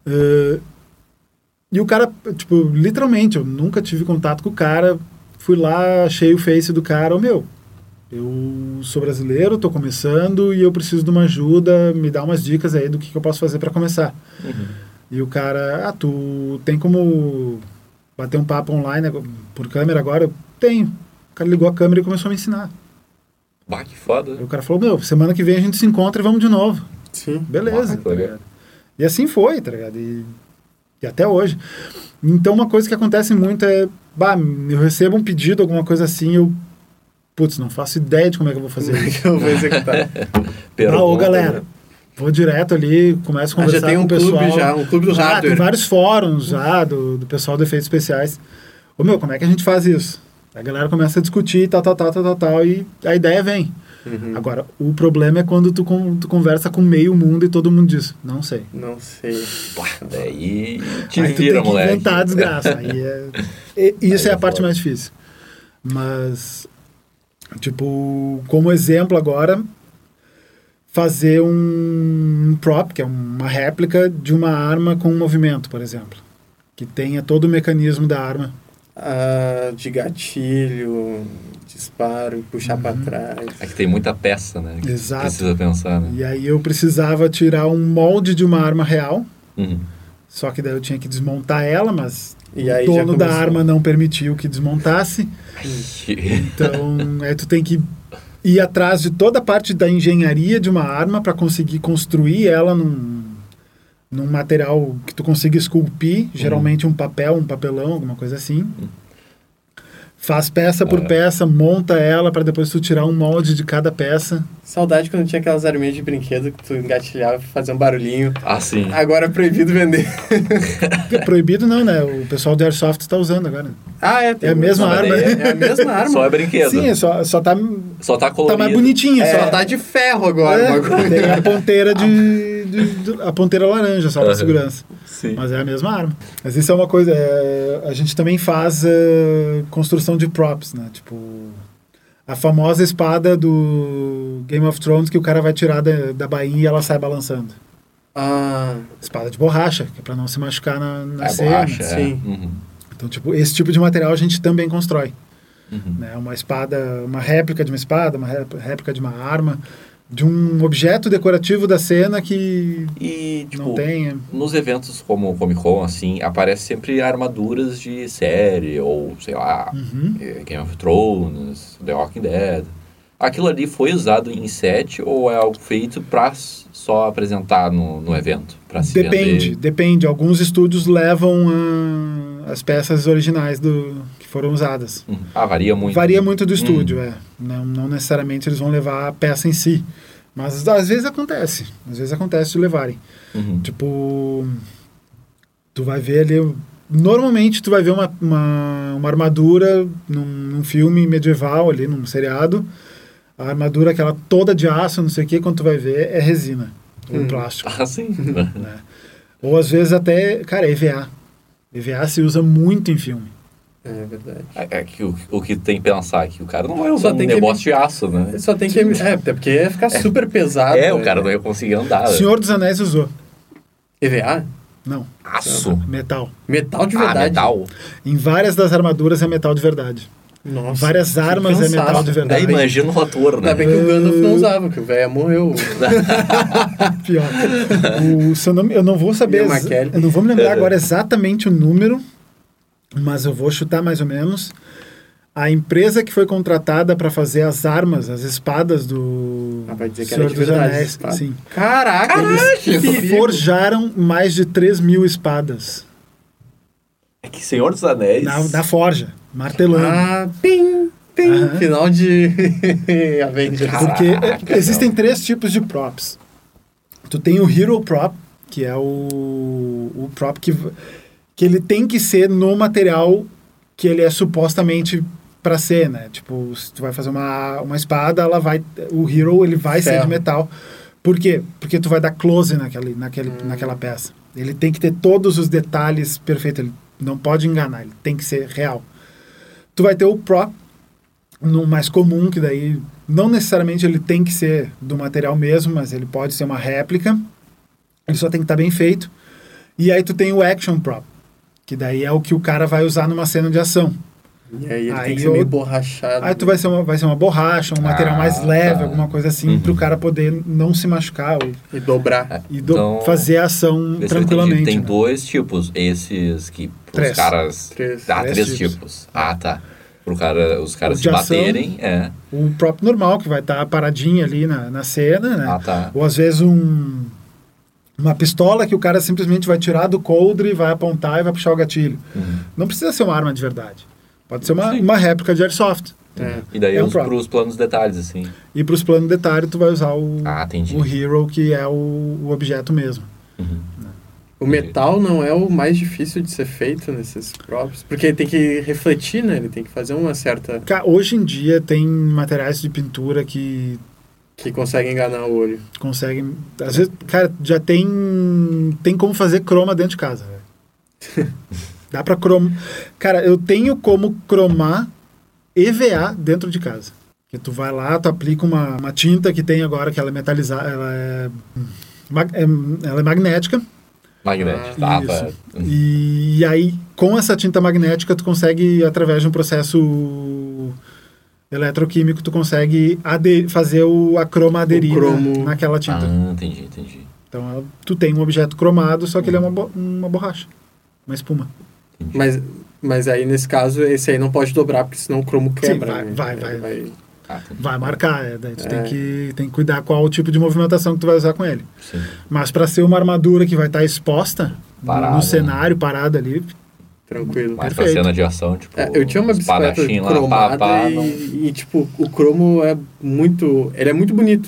Speaker 3: Eh, e o cara, tipo, literalmente, eu nunca tive contato com o cara. Fui lá, achei o face do cara. Ô, meu, eu sou brasileiro, tô começando e eu preciso de uma ajuda. Me dá umas dicas aí do que, que eu posso fazer para começar. E o cara, ah, tu tem como bater um papo online ag- por câmera agora? Eu tenho. O cara ligou a câmera e começou a me ensinar.
Speaker 1: Bah, que foda.
Speaker 3: Aí o cara falou, meu, semana que vem a gente se encontra e vamos de novo.
Speaker 2: Sim.
Speaker 3: Beleza.
Speaker 1: Ah, que legal.
Speaker 3: tá ligado? E assim foi, tá ligado? E, e até hoje. Então, uma coisa que acontece muito é, bah, eu recebo um pedido, alguma coisa assim, eu, putz, não faço ideia de como é que eu vou fazer isso.
Speaker 2: Eu vou executar.
Speaker 1: Pergunta,
Speaker 3: ah, ô, galera,
Speaker 1: né?
Speaker 3: vou direto ali, começo a
Speaker 2: Ah, já
Speaker 3: conversar
Speaker 2: tem
Speaker 3: com
Speaker 2: um
Speaker 3: o pessoal.
Speaker 2: clube já, um clube do
Speaker 3: Ah, tem
Speaker 2: hardware.
Speaker 3: vários fóruns já do, do pessoal de efeitos especiais. Ô meu, como é que a gente faz isso? A galera começa a discutir, tal, tal, tal, tal, tal, tal e a ideia vem.
Speaker 2: Uhum.
Speaker 3: Agora, o problema é quando tu, con- tu conversa com meio mundo e todo mundo diz, não sei.
Speaker 2: Não sei.
Speaker 1: Bah, daí
Speaker 2: Tipo,
Speaker 1: te
Speaker 3: aí tu
Speaker 1: vira,
Speaker 3: tem que
Speaker 1: moleque.
Speaker 3: inventar a desgraça. aí é- e- isso
Speaker 1: Aí
Speaker 3: é
Speaker 1: é
Speaker 3: a parte
Speaker 1: foda.
Speaker 3: mais difícil. Mas, tipo, como exemplo agora, fazer um prop, que é uma réplica de uma arma com um movimento, por exemplo. Que tenha todo o mecanismo da arma.
Speaker 2: Ah, de gatilho, disparo, puxar pra
Speaker 3: Uhum.
Speaker 2: trás.
Speaker 1: É que tem muita peça, né? que
Speaker 3: Exato.
Speaker 1: Precisa pensar, né?
Speaker 3: E aí eu precisava tirar um molde de uma arma real,
Speaker 1: Uhum.
Speaker 3: só que daí eu tinha que desmontar ela, mas
Speaker 2: E aí
Speaker 3: o
Speaker 2: já
Speaker 3: dono da
Speaker 2: começou.
Speaker 3: arma não permitiu que desmontasse. Então, aí tu tem que ir atrás de toda a parte da engenharia de uma arma para conseguir construir ela num, num material
Speaker 1: Uhum.
Speaker 3: que tu consiga esculpir, geralmente um papel, um papelão, alguma coisa assim. Faz peça
Speaker 1: É.
Speaker 3: por peça, monta ela para depois tu tirar um molde de cada peça.
Speaker 2: Saudade quando tinha aquelas arminhas de brinquedo que tu engatilhava e fazia um barulhinho.
Speaker 1: Ah,
Speaker 3: Uhum.
Speaker 1: sim.
Speaker 2: Agora é proibido vender.
Speaker 3: Proibido não, né? O pessoal do Airsoft está usando agora.
Speaker 2: Ah, é. tem
Speaker 3: É a
Speaker 2: um-
Speaker 3: mesma
Speaker 1: Não, mas
Speaker 3: arma.
Speaker 1: daí
Speaker 2: É a mesma arma.
Speaker 1: Só é brinquedo.
Speaker 3: Sim, é só, só tá,
Speaker 1: Só tá colorido.
Speaker 3: tá mais bonitinha.
Speaker 2: É,
Speaker 3: só
Speaker 2: Só tá de ferro agora o
Speaker 3: É,
Speaker 2: bagulho.
Speaker 3: tem a ponteira de, de- do- a ponteira laranja só para
Speaker 1: Aham.
Speaker 3: segurança.
Speaker 1: Sim.
Speaker 3: Mas é a mesma arma. Mas isso é uma coisa. é, a gente também faz eh, construção de props, né? Tipo. A famosa espada do Game of Thrones que o cara vai tirar da, da bainha e ela sai balançando.
Speaker 2: Ah,
Speaker 3: Espada de borracha, que é pra não se machucar na, na
Speaker 1: É
Speaker 3: cena.
Speaker 1: borracha, é.
Speaker 2: sim.
Speaker 1: Uhum.
Speaker 3: Então, tipo, esse tipo de material a gente também constrói.
Speaker 1: Uhum.
Speaker 3: Né? Uma espada, uma réplica de uma espada, uma rép- réplica de uma arma, de um objeto decorativo da cena que
Speaker 1: E, tipo,
Speaker 3: não tem. é.
Speaker 1: nos eventos como o Comic Con, assim, aparecem sempre armaduras de série, ou sei lá,
Speaker 3: Uhum.
Speaker 1: eh, Game of Thrones, The Walking Dead. Aquilo ali foi usado em set ou é algo feito pra s- só apresentar no, no evento? Pra se
Speaker 3: Depende,
Speaker 1: vender?
Speaker 3: depende. Alguns estúdios levam ah, as peças originais do, que foram usadas.
Speaker 1: Uhum. Ah, varia muito.
Speaker 3: Varia muito do
Speaker 1: Hum.
Speaker 3: estúdio, é. Não, não necessariamente eles vão levar a peça em si. Mas às vezes acontece. Às vezes acontece de levarem.
Speaker 1: Uhum.
Speaker 3: Tipo, tu vai ver ali. Normalmente tu vai ver uma, uma, uma armadura num, num filme medieval ali, num seriado. A armadura, aquela toda de aço, não sei o que, quando tu vai ver, é resina ou
Speaker 2: Hum.
Speaker 3: plástico.
Speaker 1: Ah, sim.
Speaker 3: né? Ou às vezes até, cara, EVA. EVA se usa muito em filme.
Speaker 2: É verdade.
Speaker 1: É, é que o, o que tem que pensar é que o cara não vai usar
Speaker 2: Só
Speaker 1: um
Speaker 2: tem que
Speaker 1: negócio de aço, né?
Speaker 2: Só tem que. É, até porque ia ficar super pesado.
Speaker 1: É, o
Speaker 2: né?
Speaker 1: cara não ia conseguir
Speaker 2: Ah, é?
Speaker 1: andar.
Speaker 3: Senhor dos Anéis usou.
Speaker 2: EVA?
Speaker 3: Não,
Speaker 1: Aço.
Speaker 3: metal.
Speaker 2: ah, Metal de
Speaker 1: Ah,
Speaker 2: verdade.
Speaker 1: metal.
Speaker 3: Em várias das armaduras é metal de verdade.
Speaker 2: Nossa.
Speaker 3: Várias
Speaker 2: que
Speaker 3: armas é metal de
Speaker 1: Daí
Speaker 2: cansaço.
Speaker 3: verdade.
Speaker 1: imagina o ator, né?
Speaker 2: Ainda bem que o Gandalf não usava, que o velho morreu.
Speaker 3: Pior. O seu nome, eu não vou
Speaker 2: E É.
Speaker 3: saber.
Speaker 2: a
Speaker 3: ex-
Speaker 2: Maquele.
Speaker 3: Eu não vou me lembrar
Speaker 1: Uhum.
Speaker 3: agora exatamente o número, mas eu vou chutar mais ou menos. A empresa que foi contratada para fazer as armas, as espadas do.
Speaker 2: Ah, vai dizer que
Speaker 3: Senhor
Speaker 2: era de
Speaker 3: dos
Speaker 2: verdade. tá?
Speaker 3: Anéis,
Speaker 2: essa espada.
Speaker 3: sim.
Speaker 2: Caraca, que
Speaker 3: Eles
Speaker 2: perigo.
Speaker 3: forjaram mais de 3 mil espadas
Speaker 1: É que Senhor dos Anéis.
Speaker 3: na, na forja, martelando.
Speaker 2: Ah, pim, pim.
Speaker 3: Aham.
Speaker 2: Final de Avengers.
Speaker 1: Caraca,
Speaker 3: Porque é,
Speaker 1: não.
Speaker 3: existem três tipos de props. Tu tem o hero prop, que é o, o prop que, v- que ele tem que ser no material que ele é supostamente para ser, né? Tipo, se tu vai fazer uma, uma espada, ela vai o hero ele vai ser de
Speaker 2: Ferro.
Speaker 3: metal. Por quê? Porque tu vai dar close naquele, naquele, naquela peça. Ele tem que ter todos os detalhes perfeitos. Ele não pode enganar, ele tem que ser real. Tu vai ter o prop, no mais comum, que daí não necessariamente ele tem que ser do material mesmo, mas ele pode ser uma réplica. Ele só tem que estar bem feito. E aí tu tem o action prop, que daí é o que o cara vai usar numa cena de ação.
Speaker 2: E aí ele
Speaker 3: Aí
Speaker 2: tem que ser
Speaker 3: eu-
Speaker 2: meio borrachado.
Speaker 3: Aí tu vai ser uma, vai ser uma borracha, um material
Speaker 1: Ah,
Speaker 3: mais leve,
Speaker 1: tá.
Speaker 3: alguma coisa assim,
Speaker 1: Uhum.
Speaker 3: pro cara poder não se machucar ou,
Speaker 2: E dobrar.
Speaker 3: e do-
Speaker 1: Então,
Speaker 3: fazer a ação
Speaker 1: Vê se eu entendi.
Speaker 3: tranquilamente.
Speaker 1: Tem
Speaker 3: né?
Speaker 1: dois tipos. Esses que os
Speaker 3: Três.
Speaker 1: caras.
Speaker 2: Três.
Speaker 1: Ah,
Speaker 3: Três
Speaker 1: três
Speaker 3: tipos.
Speaker 1: tipos. Ah, tá. Pro cara, os caras
Speaker 3: O
Speaker 1: se
Speaker 3: de ação. né?
Speaker 1: baterem, é.
Speaker 3: O próprio normal, que vai estar paradinho ali na, na cena, né?
Speaker 1: Ah, tá.
Speaker 3: Ou às vezes um, uma pistola que o cara simplesmente vai tirar do coldre, vai apontar e vai puxar o gatilho.
Speaker 1: Uhum.
Speaker 3: Não precisa ser uma arma de verdade. Pode ser uma,
Speaker 1: Sim.
Speaker 3: uma réplica de airsoft.
Speaker 2: É.
Speaker 1: E daí
Speaker 3: É um
Speaker 1: os,
Speaker 3: prop.
Speaker 1: pros planos detalhes, assim.
Speaker 3: E para os planos de detalhe, tu vai usar o,
Speaker 1: Ah, entendi.
Speaker 3: o Hero, que é o, o objeto mesmo.
Speaker 1: Uhum.
Speaker 2: O metal não é o mais difícil de ser feito nesses props. Porque ele tem que refletir, né? Ele tem que fazer uma certa.
Speaker 3: Ca- Hoje em dia tem materiais de pintura que
Speaker 2: que consegue enganar o olho.
Speaker 3: conseguem... Às vezes, cara, já tem, tem como fazer croma dentro de casa. velho. Dá pra cromar... Cara, eu tenho como cromar EVA dentro de casa. Que tu vai lá, tu aplica uma, uma tinta que tem agora, que ela é metalizada, ela é, mag- é- ela é magnética,
Speaker 1: Magnético. Ah, tá.
Speaker 3: Isso. E, aí, com essa tinta magnética, tu consegue, através de um processo eletroquímico, tu consegue ade- fazer o, a croma aderir na-
Speaker 2: cromo.
Speaker 3: naquela tinta.
Speaker 1: Ah, entendi, entendi.
Speaker 3: Então, ela- tu tem um objeto cromado, só que
Speaker 1: Uhum.
Speaker 3: ele é uma, bo- uma borracha, uma espuma.
Speaker 2: Mas, mas aí, nesse caso, esse aí não pode dobrar, porque senão o cromo quebra.
Speaker 3: vai-
Speaker 2: né?
Speaker 3: vai- vai.
Speaker 2: Ele
Speaker 1: Ah, entendi.
Speaker 3: Vai marcar, é, daí tu
Speaker 2: É.
Speaker 3: tem, que, tem que cuidar qual o tipo de movimentação que tu vai usar com ele.
Speaker 1: Sim.
Speaker 3: Mas para ser uma armadura que vai estar tá exposta no-
Speaker 1: Parada,
Speaker 3: no
Speaker 1: né?
Speaker 3: cenário, parada ali,
Speaker 2: tranquilo.
Speaker 1: Mas pra
Speaker 3: Perfeito.
Speaker 1: cena de ação, tipo.
Speaker 2: É, eu tinha uma bicicleta
Speaker 1: espadachim
Speaker 2: cromada
Speaker 1: lá, pá, pá, não-
Speaker 2: e, e, tipo, o cromo é muito... Ele é muito bonito,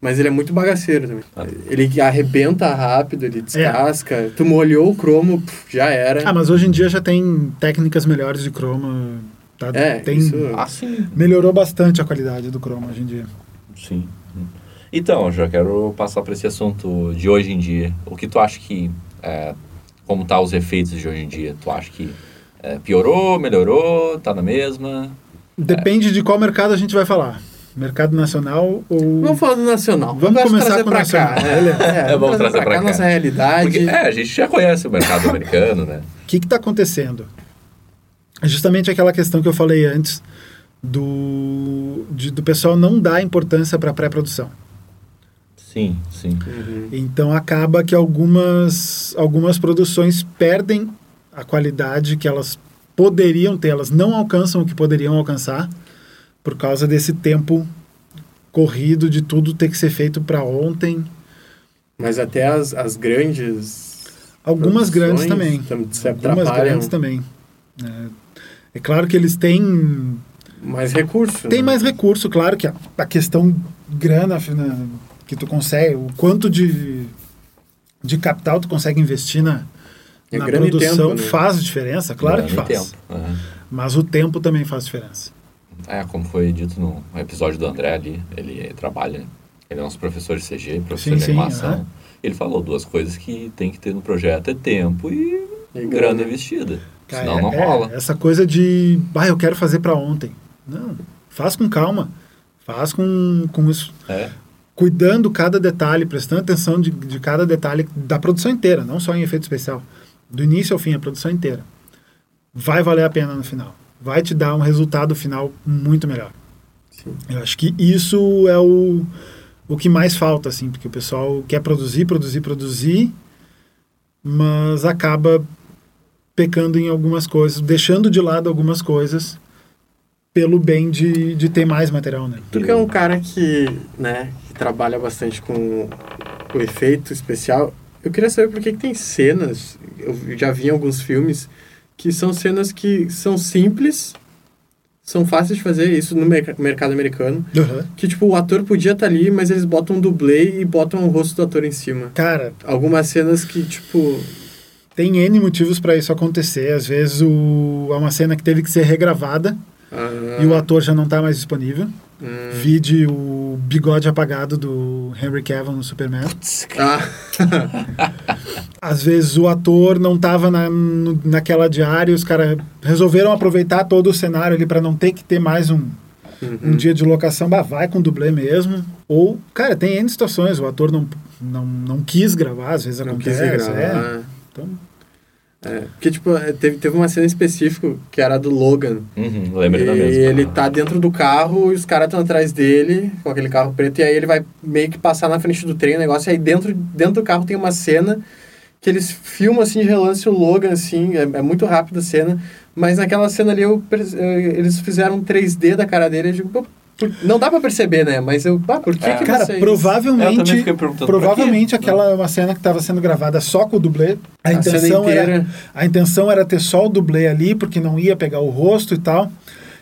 Speaker 2: mas ele é muito bagaceiro também.
Speaker 1: Ah.
Speaker 2: Ele arrebenta rápido, ele descasca. Tu molhou o cromo, puf, já era.
Speaker 3: É. Ah, mas hoje em dia já tem técnicas melhores de croma. Tá?
Speaker 2: É,
Speaker 3: tem,
Speaker 2: isso-
Speaker 1: Ah, sim.
Speaker 3: Melhorou bastante a qualidade do croma hoje em dia.
Speaker 1: Sim. Então, já quero passar para esse assunto de hoje em dia. O que tu acha que. é, como tá os efeitos de hoje em dia? Tu acha que é, piorou, melhorou, tá na mesma?
Speaker 3: Depende de qual mercado a gente vai falar. Mercado nacional ou.
Speaker 2: Vamos falar do nacional.
Speaker 3: Vamos
Speaker 2: Vamos
Speaker 3: começar
Speaker 2: trazer
Speaker 3: com o
Speaker 2: pra cá.
Speaker 3: nacional,
Speaker 2: É,
Speaker 1: É, vamos trazer pra cá.
Speaker 2: nossa realidade.
Speaker 1: Porque, é, a gente já conhece o mercado americano, né?
Speaker 3: O que está acontecendo? É Justamente aquela questão que eu falei antes do, de- do pessoal não dar importância para a pré-produção.
Speaker 1: Sim, sim.
Speaker 2: Uhum.
Speaker 3: Então acaba que algumas, algumas produções perdem a qualidade que elas poderiam ter, elas não alcançam o que poderiam alcançar por causa desse tempo corrido de tudo ter que ser feito para ontem.
Speaker 2: Mas até as, as grandes.
Speaker 3: Algumas grandes
Speaker 2: produções
Speaker 3: também.
Speaker 2: tam- Se
Speaker 3: Algumas
Speaker 2: atrapalham.
Speaker 3: grandes também. É, é claro que eles têm
Speaker 2: Mais recursos.
Speaker 3: Tem
Speaker 2: né?
Speaker 3: mais recurso, claro que a, a questão grana né, que tu consegue, o quanto de, de capital tu consegue investir na,
Speaker 2: É
Speaker 3: na
Speaker 2: grana e
Speaker 3: produção
Speaker 2: tempo, né?
Speaker 3: faz diferença, claro que
Speaker 1: Não, nem
Speaker 3: faz.
Speaker 1: tempo. Aham.
Speaker 3: Mas o tempo também faz diferença.
Speaker 1: É, como foi dito no episódio do André ali, ele trabalha, ele é nosso professor de CG, professor
Speaker 3: Sim,
Speaker 1: de
Speaker 3: sim,
Speaker 1: animação.
Speaker 3: aham.
Speaker 1: Ele falou duas coisas que tem que ter no projeto, é tempo e
Speaker 2: E
Speaker 1: grana investida.
Speaker 3: Cara,
Speaker 1: Senão não
Speaker 3: é- é,
Speaker 1: rola.
Speaker 3: Essa coisa de, ah, eu quero fazer para ontem. Não, faz com calma. Faz com, com isso.
Speaker 1: É.
Speaker 3: Cuidando cada detalhe, prestando atenção de, de cada detalhe da produção inteira, não só em efeito especial. Do início ao fim, a produção inteira. Vai valer a pena no final. Vai te dar um resultado final muito melhor.
Speaker 2: Sim.
Speaker 3: Eu acho que isso é o, o que mais falta, assim, porque o pessoal quer produzir, produzir, produzir, mas acaba pecando em algumas coisas, deixando de lado algumas coisas pelo bem de, de ter mais material, né?
Speaker 2: Tu que é um cara que, né, que trabalha bastante com o efeito especial. Eu queria saber por que, que tem cenas, eu já vi em alguns filmes, que são cenas que são simples, são fáceis de fazer, isso no merc- mercado americano, que tipo, o ator podia estar ali, mas eles botam um dublê e botam o rosto do ator em cima.
Speaker 3: Cara,
Speaker 2: Algumas cenas que, tipo,
Speaker 3: tem N motivos para isso acontecer. Às vezes o, há uma cena que teve que ser regravada
Speaker 2: ah,
Speaker 3: e o ator já não tá mais disponível.
Speaker 2: hum,
Speaker 3: Vide o bigode apagado do Henry Cavill no Superman.
Speaker 2: ah,
Speaker 3: Às vezes o ator não tava na, no- naquela diária, os caras resolveram aproveitar todo o cenário ali para não ter que ter mais um, um
Speaker 2: uhum.
Speaker 3: dia de locação. Bah, vai com dublê mesmo. Ou, cara, tem N situações, o ator não, não, não quis gravar, às vezes
Speaker 2: não quis
Speaker 3: acontece. é.
Speaker 2: gravar.
Speaker 3: Então,
Speaker 2: ah. É, porque, tipo, é, teve, teve uma cena específica que era a do Logan.
Speaker 1: Uhum,
Speaker 2: E
Speaker 1: lembrei da mesma.
Speaker 2: ele tá dentro do carro e os caras estão atrás dele, com aquele carro preto, e aí ele vai meio que passar na frente do trem, o negócio, e aí dentro, dentro do carro tem uma cena que eles filmam, assim, de relance o Logan, assim, é, é muito rápida a cena, mas naquela cena ali eu, perce- eh, eles fizeram um 3D da cara dele, eu digo, "Pô, por- não dá pra perceber, né? Mas eu, ah, por que
Speaker 1: É.
Speaker 2: que
Speaker 3: Cara,
Speaker 2: vocês...
Speaker 1: Eu também
Speaker 3: provavelmente,
Speaker 1: fiquei perguntando, pra
Speaker 3: provavelmente
Speaker 1: quê?
Speaker 3: aquela é uma cena que estava sendo gravada só com o dublê. A,
Speaker 2: A cena
Speaker 3: intenção
Speaker 2: inteira...
Speaker 3: era, a intenção era ter só o dublê ali, porque não ia pegar o rosto e tal.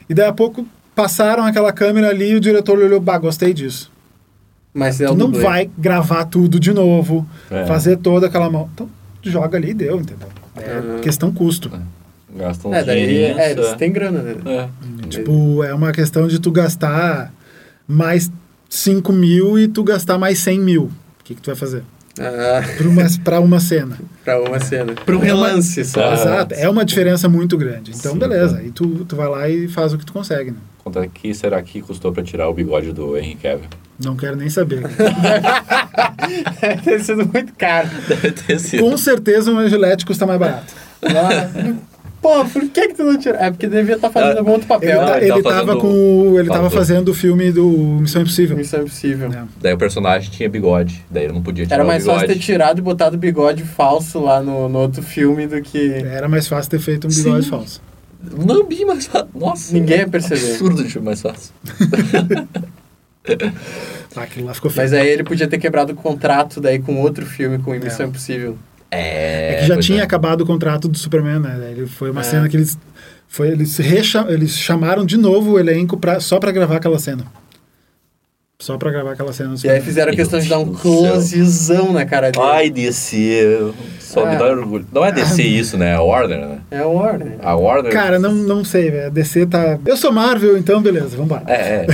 Speaker 3: E daí a pouco passaram aquela câmera ali e o diretor olhou, bah, gostei disso.
Speaker 2: Mas é o
Speaker 3: Tu não
Speaker 2: dublê.
Speaker 3: vai gravar tudo de novo,
Speaker 1: É.
Speaker 3: fazer toda aquela mão. Então, joga ali e deu, entendeu? É
Speaker 2: Uhum.
Speaker 3: questão custo.
Speaker 1: Gastam
Speaker 2: É,
Speaker 1: uns
Speaker 2: daí
Speaker 1: dinheirinhos.
Speaker 2: é, eles
Speaker 1: é.
Speaker 2: têm grana, né?
Speaker 1: É.
Speaker 3: Tipo, é uma questão de tu gastar mais 5 mil e tu gastar mais 100 mil. O que, que tu vai fazer?
Speaker 2: Ah,
Speaker 3: Pra uma, pra uma cena.
Speaker 2: pra uma cena. Pra um
Speaker 3: É uma-
Speaker 2: relance só.
Speaker 1: Ah,
Speaker 3: Exato, é uma diferença muito grande. Então,
Speaker 1: Sim,
Speaker 3: beleza,
Speaker 1: tá.
Speaker 3: aí tu, tu vai lá e faz o que tu consegue, né?
Speaker 1: Quanto é que será que custou pra tirar o bigode do Henry Cavill?
Speaker 3: Não quero nem saber.
Speaker 2: Deve ter sido muito caro.
Speaker 1: Deve ter sido.
Speaker 3: Com certeza uma Gillette custa mais barato.
Speaker 2: Nossa. Pô, por que que tu não tirou? É porque devia estar fazendo algum outro
Speaker 3: Ele,
Speaker 2: papel.
Speaker 3: tá-
Speaker 1: ele
Speaker 3: ele
Speaker 1: tava
Speaker 3: tava
Speaker 1: fazendo-
Speaker 3: com. o- Ele tava
Speaker 1: Faltou.
Speaker 3: fazendo o filme do Missão
Speaker 1: tá-
Speaker 3: Impossível.
Speaker 2: Missão Impossível.
Speaker 3: É.
Speaker 1: Daí o personagem tinha bigode, daí ele não podia tirar
Speaker 2: Era
Speaker 1: É o
Speaker 2: mais
Speaker 1: bigode.
Speaker 2: fácil ter tirado e botado o bigode falso lá no, no outro filme do
Speaker 1: É.
Speaker 2: que...
Speaker 3: Era mais fácil ter feito um bigode
Speaker 1: Sim.
Speaker 3: falso.
Speaker 1: Não, bem mais fácil. Nossa. é
Speaker 2: Ninguém ia perceber.
Speaker 1: Absurdo de filme mais fácil.
Speaker 3: Ah, aquilo lá ficou feio.
Speaker 1: É.
Speaker 2: Mas aí ele podia ter quebrado o contrato daí com outro filme, com Missão Impossível.
Speaker 3: É, que já tinha acabado o contrato do Superman, né? Ele foi uma cena que eles foi eles recha, eles chamaram de novo o elenco pra, só para gravar aquela cena. Só pra gravar aquela cena. do
Speaker 2: E aí
Speaker 3: Superman.
Speaker 2: fizeram a
Speaker 1: Meu
Speaker 2: questão de dar um
Speaker 1: Deus do céu.
Speaker 2: closezão na cara dele.
Speaker 1: Ai, DC, só me
Speaker 2: Ah.
Speaker 1: dá orgulho. Não é DC isso, né? É Warner, né?
Speaker 2: É o Warner.
Speaker 1: A Warner.
Speaker 3: Ah. Cara, não, não sei, velho. A DC tá. Eu sou Marvel, então beleza, vambora.
Speaker 1: É, é.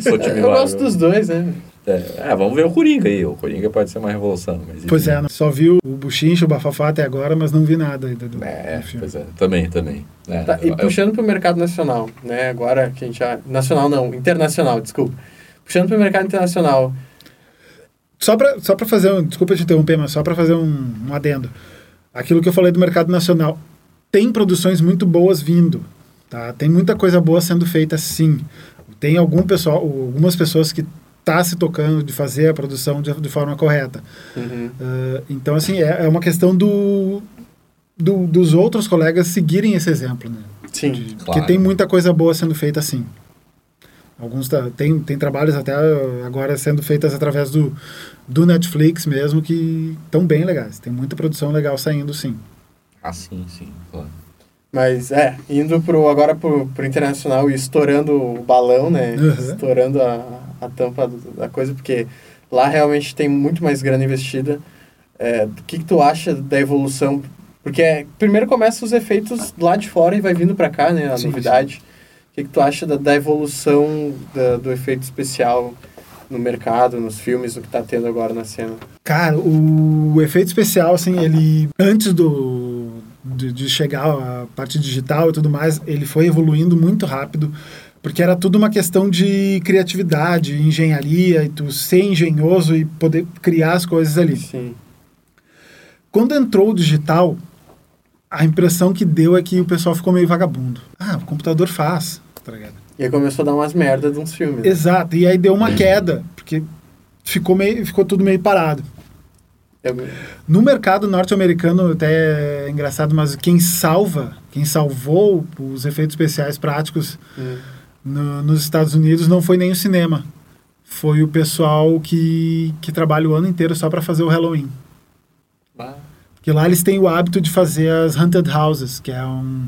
Speaker 1: Sou time
Speaker 2: Eu
Speaker 1: Marvel.
Speaker 2: gosto dos dois, né?
Speaker 1: É, é, vamos ver o Coringa aí. O Coringa pode ser uma revolução. Mas
Speaker 3: Pois é,
Speaker 1: enfim.
Speaker 3: não- só vi o Buchincho, o Bafafá até agora, mas não vi nada ainda do,
Speaker 1: É,
Speaker 3: do filme.
Speaker 1: pois é. Também, também. É,
Speaker 2: Tá, e
Speaker 1: eu-
Speaker 2: puxando pro mercado nacional, né? Agora que a gente já. Nacional não, internacional, desculpa. Puxando pro mercado internacional.
Speaker 3: Só pra, só pra fazer um. Desculpa te interromper, mas só pra fazer um, um adendo. Aquilo que eu falei do mercado nacional. Tem produções muito boas vindo. Tá? Tem muita coisa boa sendo feita sim. Tem algum pessoal, algumas pessoas que tá se tocando de fazer a produção de, de forma correta.
Speaker 2: Uhum.
Speaker 3: Ah, então, assim, é, é uma questão do, do- dos outros colegas seguirem esse exemplo, né?
Speaker 2: Sim.
Speaker 1: Claro.
Speaker 3: Porque tem muita coisa boa sendo feita assim. Alguns tá, tem, tem trabalhos até agora sendo feitas através do, do Netflix mesmo que estão bem legais. Tem muita produção legal saindo sim.
Speaker 1: Ah, sim, sim. Claro.
Speaker 2: Mas é, indo pro, agora pro, pro internacional e estourando o balão, né?
Speaker 3: Uhum.
Speaker 2: Estourando a, a tampa do- da coisa, porque lá realmente tem muito mais grana investida. É, o que, que tu acha da evolução? Porque é, primeiro começa os efeitos lá de fora e vai vindo pra cá, né? A
Speaker 3: Sim,
Speaker 2: novidade. O que, que tu acha da, da evolução da- do efeito especial no mercado, nos filmes, no que tá tendo agora na cena?
Speaker 3: Cara, o efeito especial, assim, ele. Antes do. De, de chegar a parte digital e tudo mais, ele foi evoluindo muito rápido, porque era tudo uma questão de criatividade, engenharia, e tu ser engenhoso e poder criar as coisas ali.
Speaker 2: Sim.
Speaker 3: Quando entrou o digital, a impressão que deu é que o pessoal ficou meio vagabundo. Ah, o computador faz, tá ligado?
Speaker 2: E aí começou a dar umas merdas de uns filmes. né?
Speaker 3: Exato, e aí deu uma queda, porque ficou, meio, ficou tudo meio parado.
Speaker 2: Eu-
Speaker 3: No mercado norte-americano, até é engraçado, mas quem salva, quem salvou os efeitos especiais práticos
Speaker 2: hum.
Speaker 3: no- nos Estados Unidos não foi nem o cinema. Foi o pessoal que, que trabalha o ano inteiro só para fazer o Halloween. Porque lá eles têm o hábito de fazer as haunted houses, que é um.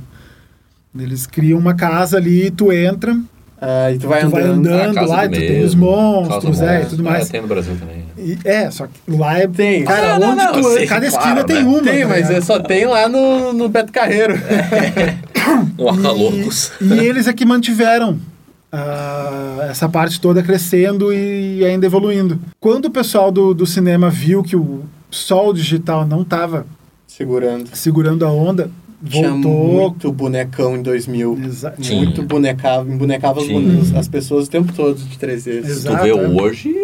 Speaker 3: Eles criam uma casa ali, tu entra,
Speaker 2: Ah, e tu vai
Speaker 3: Tu vai
Speaker 2: andando.
Speaker 3: andando.
Speaker 1: Ah, Casa
Speaker 3: lá,
Speaker 1: do
Speaker 3: tu tem
Speaker 1: Medo,
Speaker 3: os monstros,
Speaker 1: Casa do
Speaker 3: é, e
Speaker 1: Monstro.
Speaker 3: tudo mais.
Speaker 1: É, tem no Brasil também. né?
Speaker 3: e é, só que lá é.
Speaker 2: Tem.
Speaker 1: Não,
Speaker 3: Cara,
Speaker 1: não,
Speaker 3: onde
Speaker 1: não,
Speaker 3: tu
Speaker 1: eu
Speaker 3: anda,
Speaker 1: sei,
Speaker 3: cada esquina
Speaker 1: claro,
Speaker 3: tem
Speaker 1: né?
Speaker 3: uma.
Speaker 2: Tem,
Speaker 3: tá
Speaker 2: mas
Speaker 3: ligado?
Speaker 2: é só tem lá no, no Beto Carreiro.
Speaker 1: No Arca Tá Loucos.
Speaker 3: E, e eles é que mantiveram ah, essa parte toda crescendo e ainda evoluindo. Quando o pessoal do, do cinema viu que o sol digital não estava
Speaker 2: Segurando.
Speaker 3: segurando a onda,
Speaker 2: Tinha
Speaker 3: voltou.
Speaker 2: muito bonecão em 2000.
Speaker 3: Exa-
Speaker 1: Tinha.
Speaker 2: Muito bonecava, embonecava as,
Speaker 1: Tinha.
Speaker 2: bone- as pessoas o tempo todo de 3D.
Speaker 3: Exato.
Speaker 1: Tu vê
Speaker 3: é.
Speaker 1: hoje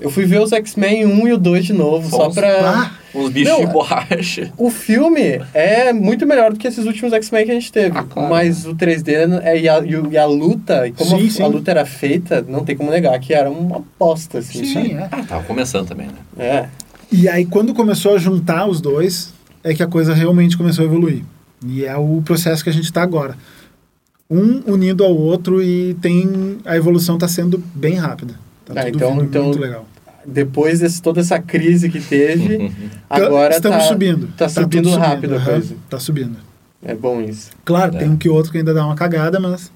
Speaker 2: Eu fui ver os X-Men 1 e o 2 de novo, só
Speaker 1: Fomos
Speaker 2: pra...
Speaker 3: Ah,
Speaker 1: uns bichos de
Speaker 2: Não,
Speaker 1: borracha.
Speaker 2: O filme é muito melhor do que esses últimos X-Men que a gente teve.
Speaker 1: Ah, claro.
Speaker 2: Mas o 3D é, e, a, e o- e a luta, e como
Speaker 3: Sim,
Speaker 2: a,
Speaker 3: sim.
Speaker 2: a luta era feita, não tem como negar que era uma aposta, assim.
Speaker 3: sim, é.
Speaker 1: Ah, tava começando também, né?
Speaker 2: É.
Speaker 3: E aí, quando começou a juntar os dois, é que a coisa realmente começou a evoluir. E é o processo que a gente está agora. Um unido ao outro e tem a evolução está sendo bem rápida. Tá
Speaker 2: Ah,
Speaker 3: tudo
Speaker 2: então-
Speaker 3: vindo
Speaker 2: então-
Speaker 3: muito legal.
Speaker 2: Depois de toda essa crise que teve,
Speaker 3: Então,
Speaker 2: agora
Speaker 3: estamos
Speaker 2: tá,
Speaker 3: subindo.
Speaker 2: tá subindo
Speaker 3: tudo
Speaker 2: rápido a
Speaker 3: aham,
Speaker 2: coisa.
Speaker 3: Tá subindo.
Speaker 2: É bom isso.
Speaker 3: Claro,
Speaker 1: É.
Speaker 3: tem um que outro que ainda dá uma cagada, mas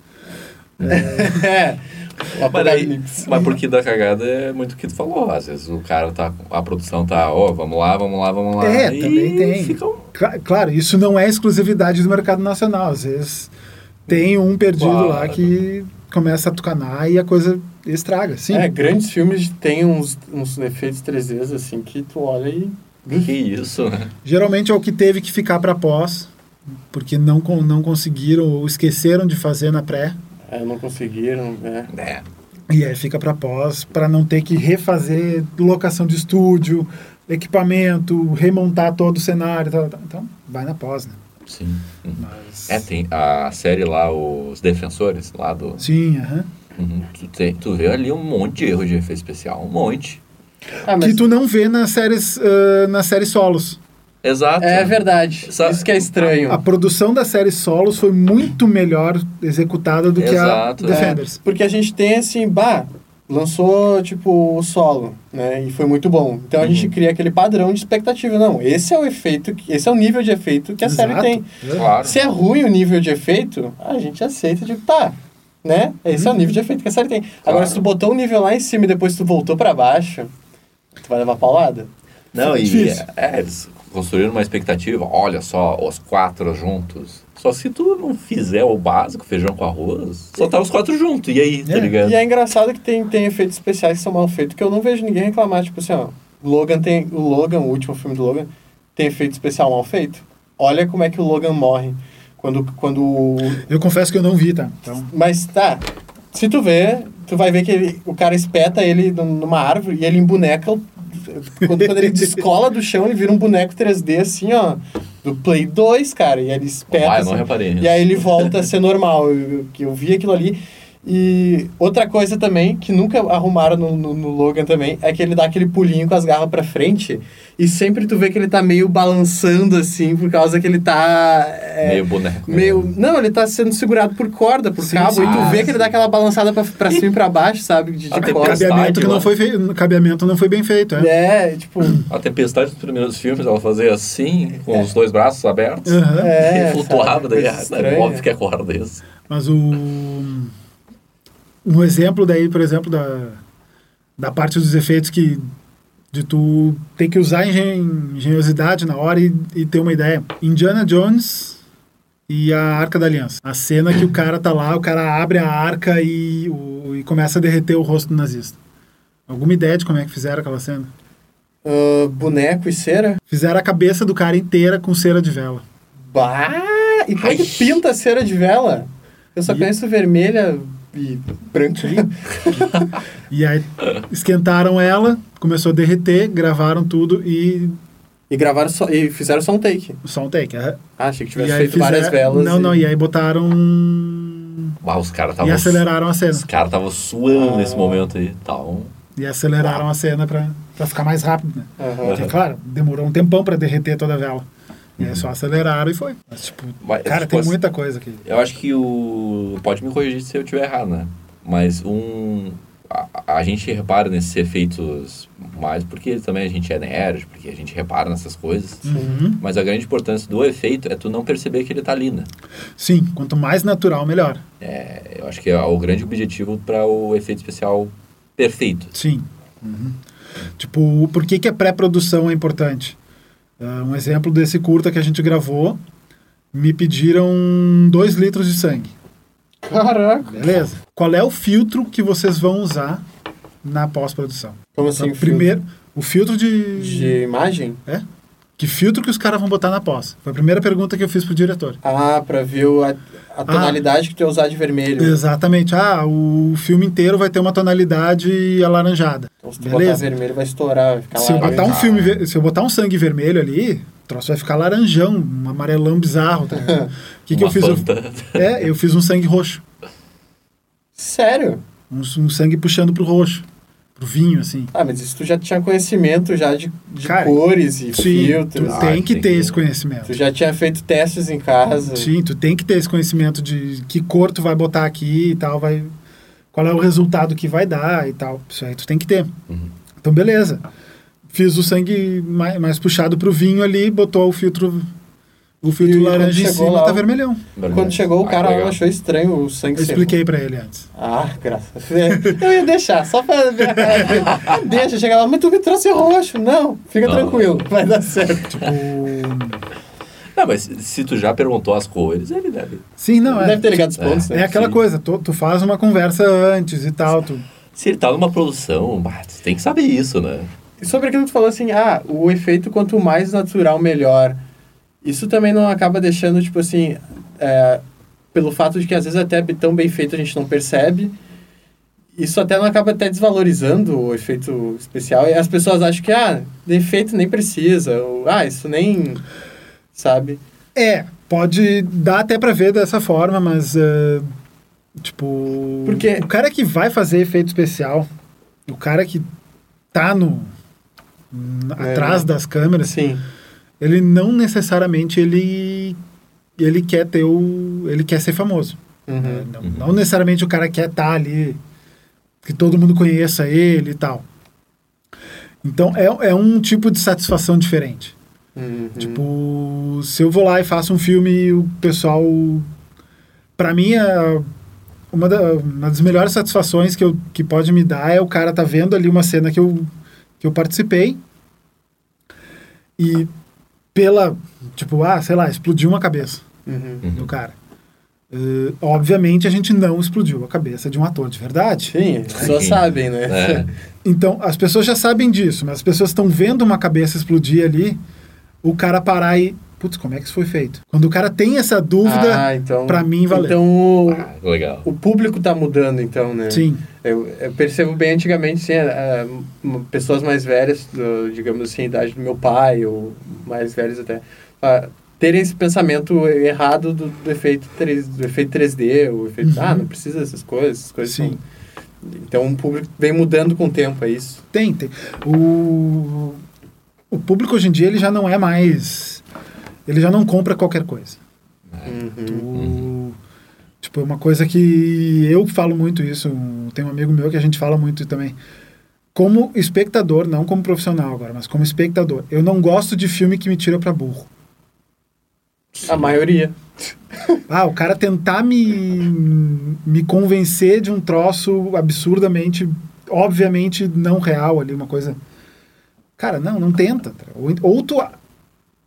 Speaker 2: é. O
Speaker 1: Mas, daí-
Speaker 2: apocalipse.
Speaker 1: mas porque da cagada é muito o que tu falou. Às vezes o cara tá. A produção tá, ó, vamos lá, vamos lá, vamos lá.
Speaker 3: É,
Speaker 1: e
Speaker 3: também tem.
Speaker 1: Fica um...
Speaker 3: cla- claro, isso não é exclusividade do mercado nacional. Às vezes tem um perdido lá
Speaker 1: Claro.
Speaker 3: que começa a tucanar e a coisa estraga. Sim.
Speaker 2: É, grandes filmes têm uns, uns efeitos 3Ds assim que tu olha e.
Speaker 1: Que isso, né?
Speaker 3: Geralmente é o que teve que ficar para pós, porque não, con- não conseguiram ou esqueceram de fazer na pré.
Speaker 2: É, não conseguiram, né?
Speaker 1: É.
Speaker 3: E aí fica para pós, para não ter que refazer locação de estúdio, equipamento, remontar todo o cenário. Tal, tal. Então, vai na pós, né?
Speaker 1: Sim.
Speaker 3: Mas-
Speaker 1: É, tem a série lá, Os Defensores, lá do.
Speaker 3: Sim, aham.
Speaker 1: Uhum. Tu, tem, tu vê ali um monte de erro de efeito especial. Um monte.
Speaker 2: Ah,
Speaker 3: Que
Speaker 2: mas
Speaker 3: tu não vê nas séries, ah, nas séries solos.
Speaker 1: Exato.
Speaker 2: é verdade.
Speaker 1: Sa-
Speaker 2: Isso que é estranho.
Speaker 3: A produção das séries solos foi muito melhor executada do que
Speaker 1: Exato, é.
Speaker 3: a Defenders.
Speaker 2: Porque a gente tem assim, bah, lançou, tipo, o solo, né? E foi muito bom. Então a gente cria aquele padrão de expectativa. Não, esse é o efeito, que- esse é o nível de efeito que a série
Speaker 3: Exato.
Speaker 2: tem.
Speaker 1: Claro.
Speaker 2: Se é ruim o nível de efeito, a gente aceita de tá, né? Esse é o nível de efeito que a série tem. Agora,
Speaker 1: Uhum. Claro.
Speaker 2: se tu botou um nível lá em cima e depois tu voltou pra baixo, tu vai levar paulada.
Speaker 1: Não, e
Speaker 2: Difícil.
Speaker 1: é, eles construíram uma expectativa, olha só, os quatro juntos. Só se tu não fizer o básico, feijão com arroz, só tá os quatro juntos. E aí, tá
Speaker 3: É.
Speaker 1: ligado?
Speaker 2: E é engraçado que tem, tem efeitos especiais que são mal feitos, que eu não vejo ninguém reclamar, tipo assim, ó. Logan tem. O Logan, o último filme do Logan, tem efeito especial mal feito. Olha como é que o Logan morre. Quando. quando o-
Speaker 3: Eu confesso que eu não vi, tá? Então,
Speaker 2: Mas tá. Se tu vê, tu vai ver que ele- o cara espeta ele num- numa árvore e ele emboneca. o- Quando, quando ele descola do chão, ele vira um boneco 3D assim, ó. Do Play 2, cara. E ele espeta.
Speaker 1: Ah, eu
Speaker 2: assim,
Speaker 1: não reparei nisso.
Speaker 2: e aí ele volta a ser normal. Eu, eu- que eu vi aquilo ali. E outra coisa também, que nunca arrumaram no, no- no Logan também, é que ele dá aquele pulinho com as garras pra frente. E sempre tu vê que ele tá meio balançando, assim, por causa que ele tá. é,
Speaker 1: Meio boneco.
Speaker 2: meio. Não, ele tá sendo segurado por corda, por
Speaker 3: É. Sim,
Speaker 2: cabo.
Speaker 3: sim.
Speaker 2: E tu
Speaker 1: Ah,
Speaker 2: vê que ele dá aquela balançada pra, pra cima e pra baixo, sabe? De,
Speaker 1: Ah,
Speaker 2: de
Speaker 1: tem
Speaker 2: corda.
Speaker 1: peça-
Speaker 3: cabeamento que
Speaker 1: lá.
Speaker 3: não foi fei- cabeamento não foi bem feito, é.
Speaker 2: É, tipo.
Speaker 1: A tempestade dos primeiros filmes, ela fazia assim, com os dois braços abertos.
Speaker 3: Aham.
Speaker 2: É,
Speaker 1: e flutuava,
Speaker 2: sabe?
Speaker 1: daí,
Speaker 3: né?
Speaker 2: Coisa
Speaker 1: ah,
Speaker 2: estranha.
Speaker 1: óbvio
Speaker 3: é-
Speaker 1: que acorda isso.
Speaker 3: Mas o um exemplo daí, por exemplo, da da parte dos efeitos que de tu ter que usar engen- engenhosidade na hora e, e ter uma ideia. Indiana Jones e a Arca da Aliança. A cena que o cara tá lá, o cara abre a arca e, o- e começa a derreter o rosto do nazista. Alguma ideia de como é que fizeram aquela cena?
Speaker 2: Ah, boneco e cera?
Speaker 3: Fizeram a cabeça do cara inteira com cera de vela.
Speaker 2: Bah! E como é que pinta a cera de vela? Eu só
Speaker 3: E-
Speaker 2: conheço vermelha e branca.
Speaker 3: E aí esquentaram ela, começou a derreter, gravaram tudo e
Speaker 2: E gravaram só. E fizeram só um take.
Speaker 3: só um take. aham.
Speaker 2: Ah, achei que
Speaker 3: E
Speaker 2: tivesse
Speaker 3: aí
Speaker 2: feito
Speaker 3: fizeram-
Speaker 2: várias velas.
Speaker 3: Não,
Speaker 2: e...
Speaker 3: não, e aí botaram. um-
Speaker 1: Ah, os caras
Speaker 3: e
Speaker 1: estavam.
Speaker 3: aceleraram a cena.
Speaker 1: Os caras estavam suando
Speaker 2: Ah.
Speaker 1: nesse momento aí. Então, Tavam.
Speaker 3: E aceleraram a cena pra, pra ficar mais rápido, né?
Speaker 2: Aham.
Speaker 3: Porque, claro, demorou um tempão pra derreter toda a vela. E aí só aceleraram e foi. Mas, tipo,
Speaker 1: Mas,
Speaker 3: cara,
Speaker 1: tipo,
Speaker 3: tem
Speaker 1: assim,
Speaker 3: muita coisa aqui.
Speaker 1: Eu acho que o. Pode me corrigir se eu estiver errado, né? Mas um. A, a gente repara nesses efeitos mais porque também a gente é nerd, porque a gente repara nessas coisas.
Speaker 3: Uhum.
Speaker 1: Mas a grande importância do efeito é tu não perceber que ele tá ali, né?
Speaker 3: Sim, quanto mais natural, melhor.
Speaker 1: Eu acho que é o grande objetivo para o efeito especial perfeito.
Speaker 3: Sim. Uhum. Tipo, por que, que a pré-produção é importante? Ah, um exemplo desse curta que a gente gravou, me pediram dois litros de sangue.
Speaker 2: Caraca.
Speaker 3: Beleza. Qual é o filtro que vocês vão usar na pós-produção?
Speaker 2: Como assim?
Speaker 3: Então, primeiro, o filtro de,
Speaker 2: filtro De imagem?
Speaker 3: Que filtro que os caras vão botar na pós? Foi a primeira pergunta que eu fiz pro diretor.
Speaker 2: Ah, pra ver o- a, a
Speaker 3: Ah.
Speaker 2: tonalidade que tu ia usar de vermelho.
Speaker 3: Exatamente. Ah, o filme inteiro vai ter uma tonalidade alaranjada.
Speaker 2: Então, se tu botar
Speaker 3: Beleza.
Speaker 2: vermelho, vai estourar, vai
Speaker 1: É
Speaker 2: ficar
Speaker 3: Se eu
Speaker 2: laranja.
Speaker 3: botar um filme, ver- se eu botar um sangue vermelho ali, o troço vai ficar laranjão, um amarelão bizarro. tá ligado? O que, que eu
Speaker 1: Uma
Speaker 3: fiz? Eu,
Speaker 1: planta-
Speaker 3: é, eu fiz um sangue roxo.
Speaker 2: Sério?
Speaker 3: Um, um sangue puxando pro roxo. Pro vinho, assim.
Speaker 2: Ah, mas isso tu já tinha conhecimento já de, de
Speaker 3: Cara,
Speaker 2: cores e
Speaker 3: Sim, tu
Speaker 2: filtros.
Speaker 1: Ah,
Speaker 3: tem que
Speaker 1: tem
Speaker 3: ter
Speaker 1: que-
Speaker 3: esse conhecimento.
Speaker 2: Tu já tinha feito testes em casa.
Speaker 3: Sim, tu tem que ter esse conhecimento de que cor tu vai botar aqui e tal, vai qual é o resultado que vai dar e tal. Isso aí tu tem que ter.
Speaker 1: Uhum.
Speaker 3: Então beleza. Fiz o sangue mais, mais puxado pro vinho ali, botou o filtro o filtro
Speaker 2: E quando
Speaker 3: laranja em
Speaker 2: chegou
Speaker 3: cima,
Speaker 2: lá,
Speaker 3: tá
Speaker 2: o-
Speaker 3: vermelhão.
Speaker 2: Quando chegou o
Speaker 1: Ah,
Speaker 2: cara
Speaker 1: legal.
Speaker 2: lá achou estranho o sangue
Speaker 3: Eu
Speaker 2: ser-
Speaker 3: expliquei pra ele antes.
Speaker 2: Ah, graças a Deus. Eu ia deixar, só pra ver a cara dele. Deixa, chega lá, mas tu me trouxe roxo. Não, fica
Speaker 1: Não.
Speaker 2: tranquilo, vai dar certo.
Speaker 3: Tipo,
Speaker 1: Não, mas se se tu já perguntou as cores, ele deve.
Speaker 3: sim, não é.
Speaker 2: Deve ter ligado os pontos,
Speaker 3: É
Speaker 2: né?
Speaker 3: aquela
Speaker 1: Sim.
Speaker 3: coisa, tu, tu faz uma conversa antes e tal, tu
Speaker 1: Se ele tá numa produção, bah, tu tem que saber isso, né?
Speaker 2: E sobre aquilo que tu falou assim, ah, o efeito quanto mais natural, melhor. Isso também não acaba deixando, tipo assim, é, pelo fato de que às vezes até tão bem feito a gente não percebe. Isso até não acaba até desvalorizando o efeito especial. E as pessoas acham que, ah, de efeito nem precisa. Ou, ah, isso nem... Sabe?
Speaker 3: é, pode dar até pra ver dessa forma, mas eh, tipo,
Speaker 2: Porque-
Speaker 3: o cara que vai fazer efeito especial, o cara que tá no n-
Speaker 2: É,
Speaker 3: atrás das câmeras,
Speaker 2: Assim,
Speaker 3: ele não necessariamente ele ele quer ter o ele quer ser famoso. né?
Speaker 2: uhum.
Speaker 3: Não, não necessariamente o cara quer estar tá ali que todo mundo conheça ele e tal. Então é, é um tipo de satisfação diferente.
Speaker 2: Uhum.
Speaker 3: Tipo, se eu vou lá e faço um filme e o pessoal. Pra mim, é uma, da- uma das melhores satisfações que, eu, que pode me dar é o cara tá vendo ali uma cena que eu, que eu participei e pela. Tipo, ah, sei lá, explodiu uma cabeça
Speaker 2: Uhum.
Speaker 3: do cara. Eh, obviamente a gente não explodiu a cabeça de um ator de verdade.
Speaker 2: Sim, as pessoas
Speaker 1: Sim.
Speaker 2: sabem, né?
Speaker 1: É.
Speaker 3: Então, as pessoas já sabem disso, mas as pessoas estão vendo uma cabeça explodir ali, o cara parar e. Putz, como é que isso foi feito? Quando o cara tem essa dúvida,
Speaker 2: Ah, então.
Speaker 3: pra mim valeu.
Speaker 2: Então o,
Speaker 1: Ah, Legal.
Speaker 2: o público tá mudando, então, né?
Speaker 3: sim.
Speaker 2: Eu, eu percebo bem antigamente, sim, ah, m- pessoas mais velhas, do- digamos assim, a idade do meu pai, ou mais velhas até, ah, terem esse pensamento errado do, do, efeito, 3, do efeito 3D, o efeito,
Speaker 3: Uhum.
Speaker 2: ah, não precisa dessas coisas, essas coisas
Speaker 3: Sim.
Speaker 2: são... Então o público vem mudando com o tempo, é isso?
Speaker 3: Tem, tem. O, o público hoje em dia ele já não é mais. Ele já não compra qualquer coisa.
Speaker 1: É.
Speaker 2: Uhum.
Speaker 3: O- tipo, é uma coisa que eu falo muito isso. um- Tem um amigo meu que a gente fala muito também. Como espectador, não como profissional agora, mas como espectador, eu não gosto de filme que me tira pra burro.
Speaker 2: A maioria.
Speaker 3: Ah, o cara tentar me, me convencer de um troço absurdamente, obviamente não real ali, uma coisa. Cara, não, não tenta. cara. Ou, ou tu, a-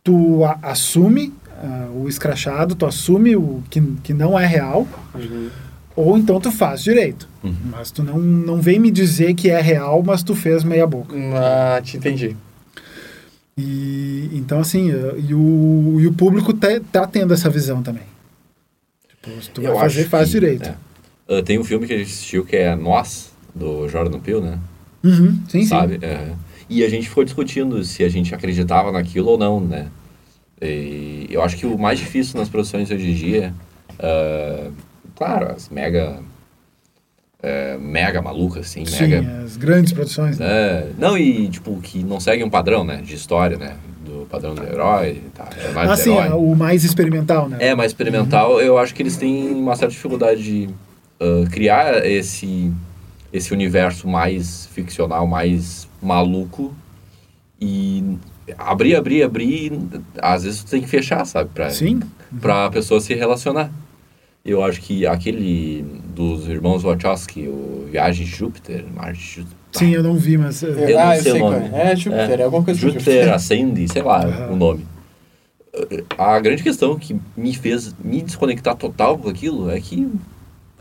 Speaker 3: tu a- assume ah, o escrachado, tu assume o que, que não é real,
Speaker 2: Uhum.
Speaker 3: ou então tu faz direito.
Speaker 1: Uhum.
Speaker 3: Mas tu não, não vem me dizer que é real, mas tu fez meia boca.
Speaker 2: Ah, te entendi.
Speaker 3: E então assim, eh, e o, e o público tá, tá tendo essa visão também. Tipo, se tu vai fazer,
Speaker 1: acho
Speaker 3: faz
Speaker 1: que-
Speaker 3: direito.
Speaker 1: é. Ah, tem um filme que a gente assistiu que é Nós, do Jordan Peele, né?
Speaker 3: Uhum, sim, sim.
Speaker 1: Sabe? É. E a gente ficou discutindo se a gente acreditava naquilo ou não, né? E eu acho que o mais difícil nas produções hoje em dia, ah, claro, as mega, eh, mega malucas, assim,
Speaker 3: Sim, é.
Speaker 1: mega
Speaker 3: as grandes produções. né?
Speaker 1: É, não, e tipo, que não seguem um padrão, né? De história, né? Do padrão do herói, tá? Jornada
Speaker 3: Ah,
Speaker 1: do
Speaker 3: sim,
Speaker 1: herói.
Speaker 3: ah, o mais experimental, né?
Speaker 1: É, mas experimental, eu acho que eles têm uma certa dificuldade de ah, criar esse, esse universo mais ficcional, mais maluco e abrir, abrir, abrir. e Às vezes tu tem que fechar, sabe? Pra,
Speaker 3: Sim,
Speaker 1: pra pessoa se relacionar. Eu acho que aquele dos irmãos Wachowski, o Viagem de Júpiter, Marte de Júpiter.
Speaker 3: sim, eu não vi, mas... eh,
Speaker 1: Eu não
Speaker 2: ah, eu
Speaker 1: sei
Speaker 2: sei
Speaker 1: o
Speaker 2: qual
Speaker 1: nome.
Speaker 2: é. É Júpiter, é, alguma coisa com
Speaker 1: Júpiter Ascende, sei lá
Speaker 3: Aham.
Speaker 1: o nome. A grande questão que me fez me desconectar total com aquilo é que,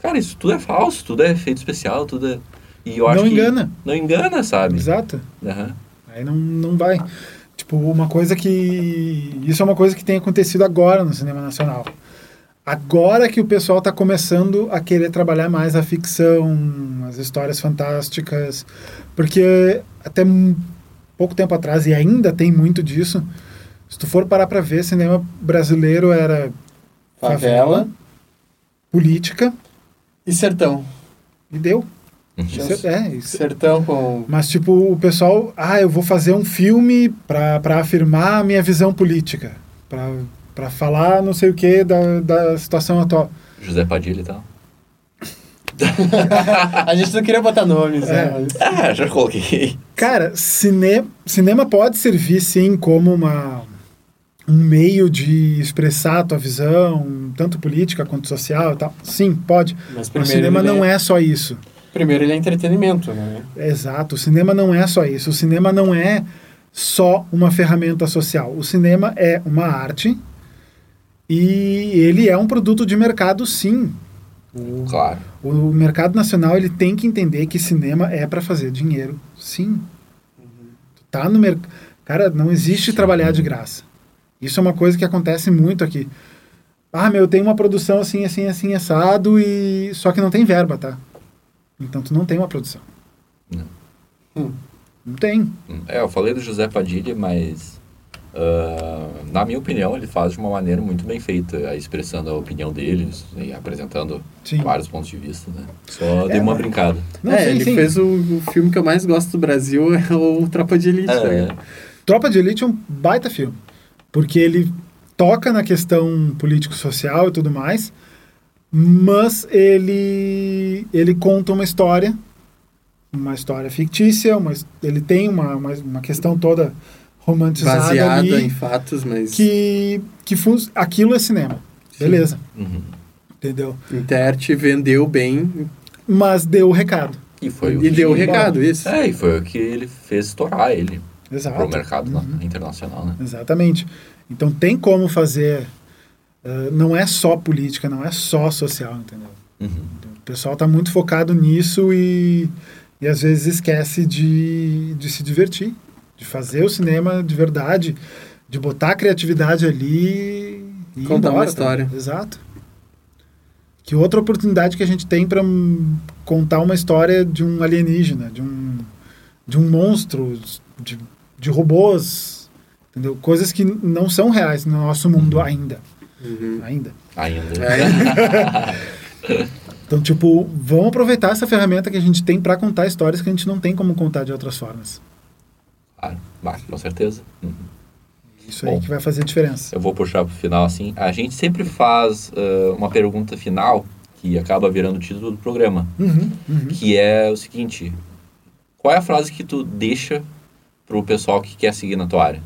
Speaker 1: cara, isso tudo é falso, tudo é efeito especial, tudo é. E eu acho
Speaker 3: não
Speaker 1: que
Speaker 3: engana,
Speaker 1: Não engana, sabe?
Speaker 3: exato.
Speaker 1: Aham.
Speaker 3: Aí não, não vai. Tipo, uma coisa que... Isso é uma coisa que tem acontecido agora no cinema nacional. Agora que o pessoal tá começando a querer trabalhar mais a ficção, as histórias fantásticas, porque até um pouco tempo atrás, e ainda tem muito disso, se tu for parar pra ver, cinema brasileiro era
Speaker 2: Favela
Speaker 3: política,
Speaker 2: e sertão.
Speaker 3: e deu.
Speaker 2: Tinha
Speaker 3: Isso é, isso
Speaker 2: Sertão com
Speaker 3: Mas, tipo, o pessoal, ah, eu vou fazer um filme pra, pra afirmar a minha visão política, pra, pra falar não sei o que da, da situação atual.
Speaker 1: José Padilha e tal.
Speaker 2: A gente não queria botar nomes,
Speaker 3: É.
Speaker 2: né? Mas-
Speaker 1: Ah, já coloquei.
Speaker 3: Cara, cine, cinema pode servir, sim, como uma, um meio de expressar a tua visão, tanto política quanto social e tal. Sim, pode.
Speaker 2: Mas
Speaker 3: Mas
Speaker 2: primeiro
Speaker 3: cinema
Speaker 2: ele
Speaker 3: não
Speaker 2: é...
Speaker 3: é só isso.
Speaker 2: Primeiro ele é entretenimento, né?
Speaker 3: Exato, o cinema não é só isso. O cinema não é só uma ferramenta social. O cinema é uma arte e ele é um produto de mercado, sim. O,
Speaker 1: Claro.
Speaker 3: o mercado nacional ele tem que entender que cinema é para fazer dinheiro, sim. Tu tá no mercado. Cara, não existe trabalhar de graça. Isso é uma coisa que acontece muito aqui. Ah, meu, tem uma produção assim, assim, assim, assado e. Só que não tem verba, tá? Então tu não tem uma produção.
Speaker 1: Não.
Speaker 2: Hum.
Speaker 3: Não tem.
Speaker 1: É, eu falei do José Padilha, mas. ah, na minha opinião, ele faz de uma maneira muito bem feita, aí expressando a opinião deles e apresentando
Speaker 3: Sim.
Speaker 1: vários pontos de vista, né? Só
Speaker 3: É,
Speaker 1: dei uma
Speaker 3: né?
Speaker 1: brincada.
Speaker 3: Não,
Speaker 2: é,
Speaker 3: sim,
Speaker 2: ele
Speaker 3: sim.
Speaker 2: fez o, o filme que eu mais gosto do Brasil, é o Tropa de Elite. né?
Speaker 1: É,
Speaker 3: Tropa de Elite é um baita filme. Porque ele toca na questão político-social e tudo mais, mas ele, ele conta uma história uma história fictícia, uma, ele tem uma, uma, uma questão toda romantizada
Speaker 2: Baseado
Speaker 3: ali,
Speaker 2: em fatos, mas
Speaker 3: que, que fun- aquilo é cinema. Beleza,
Speaker 1: Uhum.
Speaker 3: entendeu?
Speaker 2: Interte vendeu bem
Speaker 3: Mas deu o recado.
Speaker 1: E foi o
Speaker 2: e
Speaker 1: que-
Speaker 2: deu o recado, isso.
Speaker 1: É, e foi o que ele fez estourar ele pro
Speaker 2: Ah,
Speaker 3: Exato.
Speaker 2: tá.
Speaker 1: mercado lá,
Speaker 2: Uhum.
Speaker 1: internacional, né?
Speaker 3: Exatamente. Então tem como fazer. eh, não é só política, não é só social, entendeu?
Speaker 1: Uhum.
Speaker 3: O pessoal está muito focado nisso e, e às vezes esquece de, de se divertir, de fazer o cinema de verdade, de botar a criatividade ali e ir
Speaker 2: Contar uma
Speaker 3: embora,
Speaker 2: história.
Speaker 3: Tá? Exato. Que outra oportunidade que a gente tem para contar uma história de um alienígena, de um, de um monstro, de, de robôs, entendeu? Coisas que não são reais no nosso mundo ainda.
Speaker 2: Uhum.
Speaker 3: Ainda.
Speaker 1: Ainda.
Speaker 2: É,
Speaker 3: Então, tipo, vamos aproveitar essa ferramenta que a gente tem para contar histórias que a gente não tem como contar de outras formas.
Speaker 1: Claro. Bah, com certeza. Uhum.
Speaker 3: Isso
Speaker 1: Bom.
Speaker 3: aí que vai fazer diferença.
Speaker 1: Eu vou puxar pro final assim. A gente sempre faz ah, uma pergunta final que acaba virando o título do programa.
Speaker 3: Uhum, uhum.
Speaker 1: que é o seguinte: qual é a frase que tu deixa pro pessoal que quer seguir na tua área?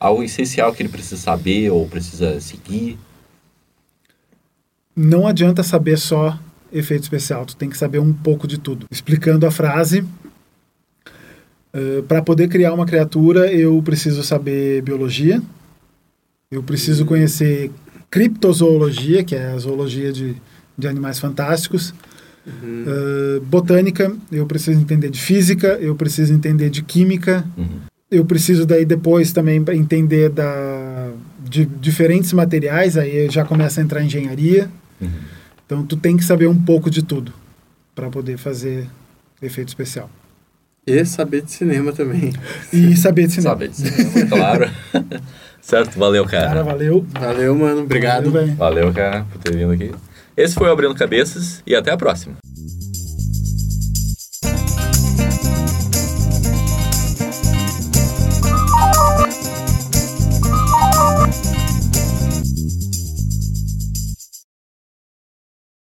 Speaker 1: Algo essencial que ele precisa saber ou precisa seguir?
Speaker 3: Não adianta saber só efeito especial, tu tem que saber um pouco de tudo. Explicando a frase, para poder criar uma criatura, eu preciso saber biologia, eu preciso conhecer criptozoologia, que é a zoologia de, de animais fantásticos,
Speaker 2: uhum.
Speaker 3: eh, botânica, eu preciso entender de física, eu preciso entender de química,
Speaker 1: Uhum.
Speaker 3: eu preciso daí depois também pra entender da, de diferentes materiais, aí já começa a entrar a engenharia.
Speaker 1: Uhum.
Speaker 3: Então tu tem que saber um pouco de tudo para poder fazer efeito especial.
Speaker 2: E saber de cinema também.
Speaker 3: E saber
Speaker 2: né?
Speaker 3: de cinema.
Speaker 1: Sabe? é Claro. certo, valeu,
Speaker 3: Cara,
Speaker 1: cara.
Speaker 3: valeu.
Speaker 2: Valeu, mano. Obrigado.
Speaker 3: Valeu, velho.
Speaker 1: Valeu, cara, por ter vindo aqui. Esse foi o Abrindo Cabeças e até a próxima.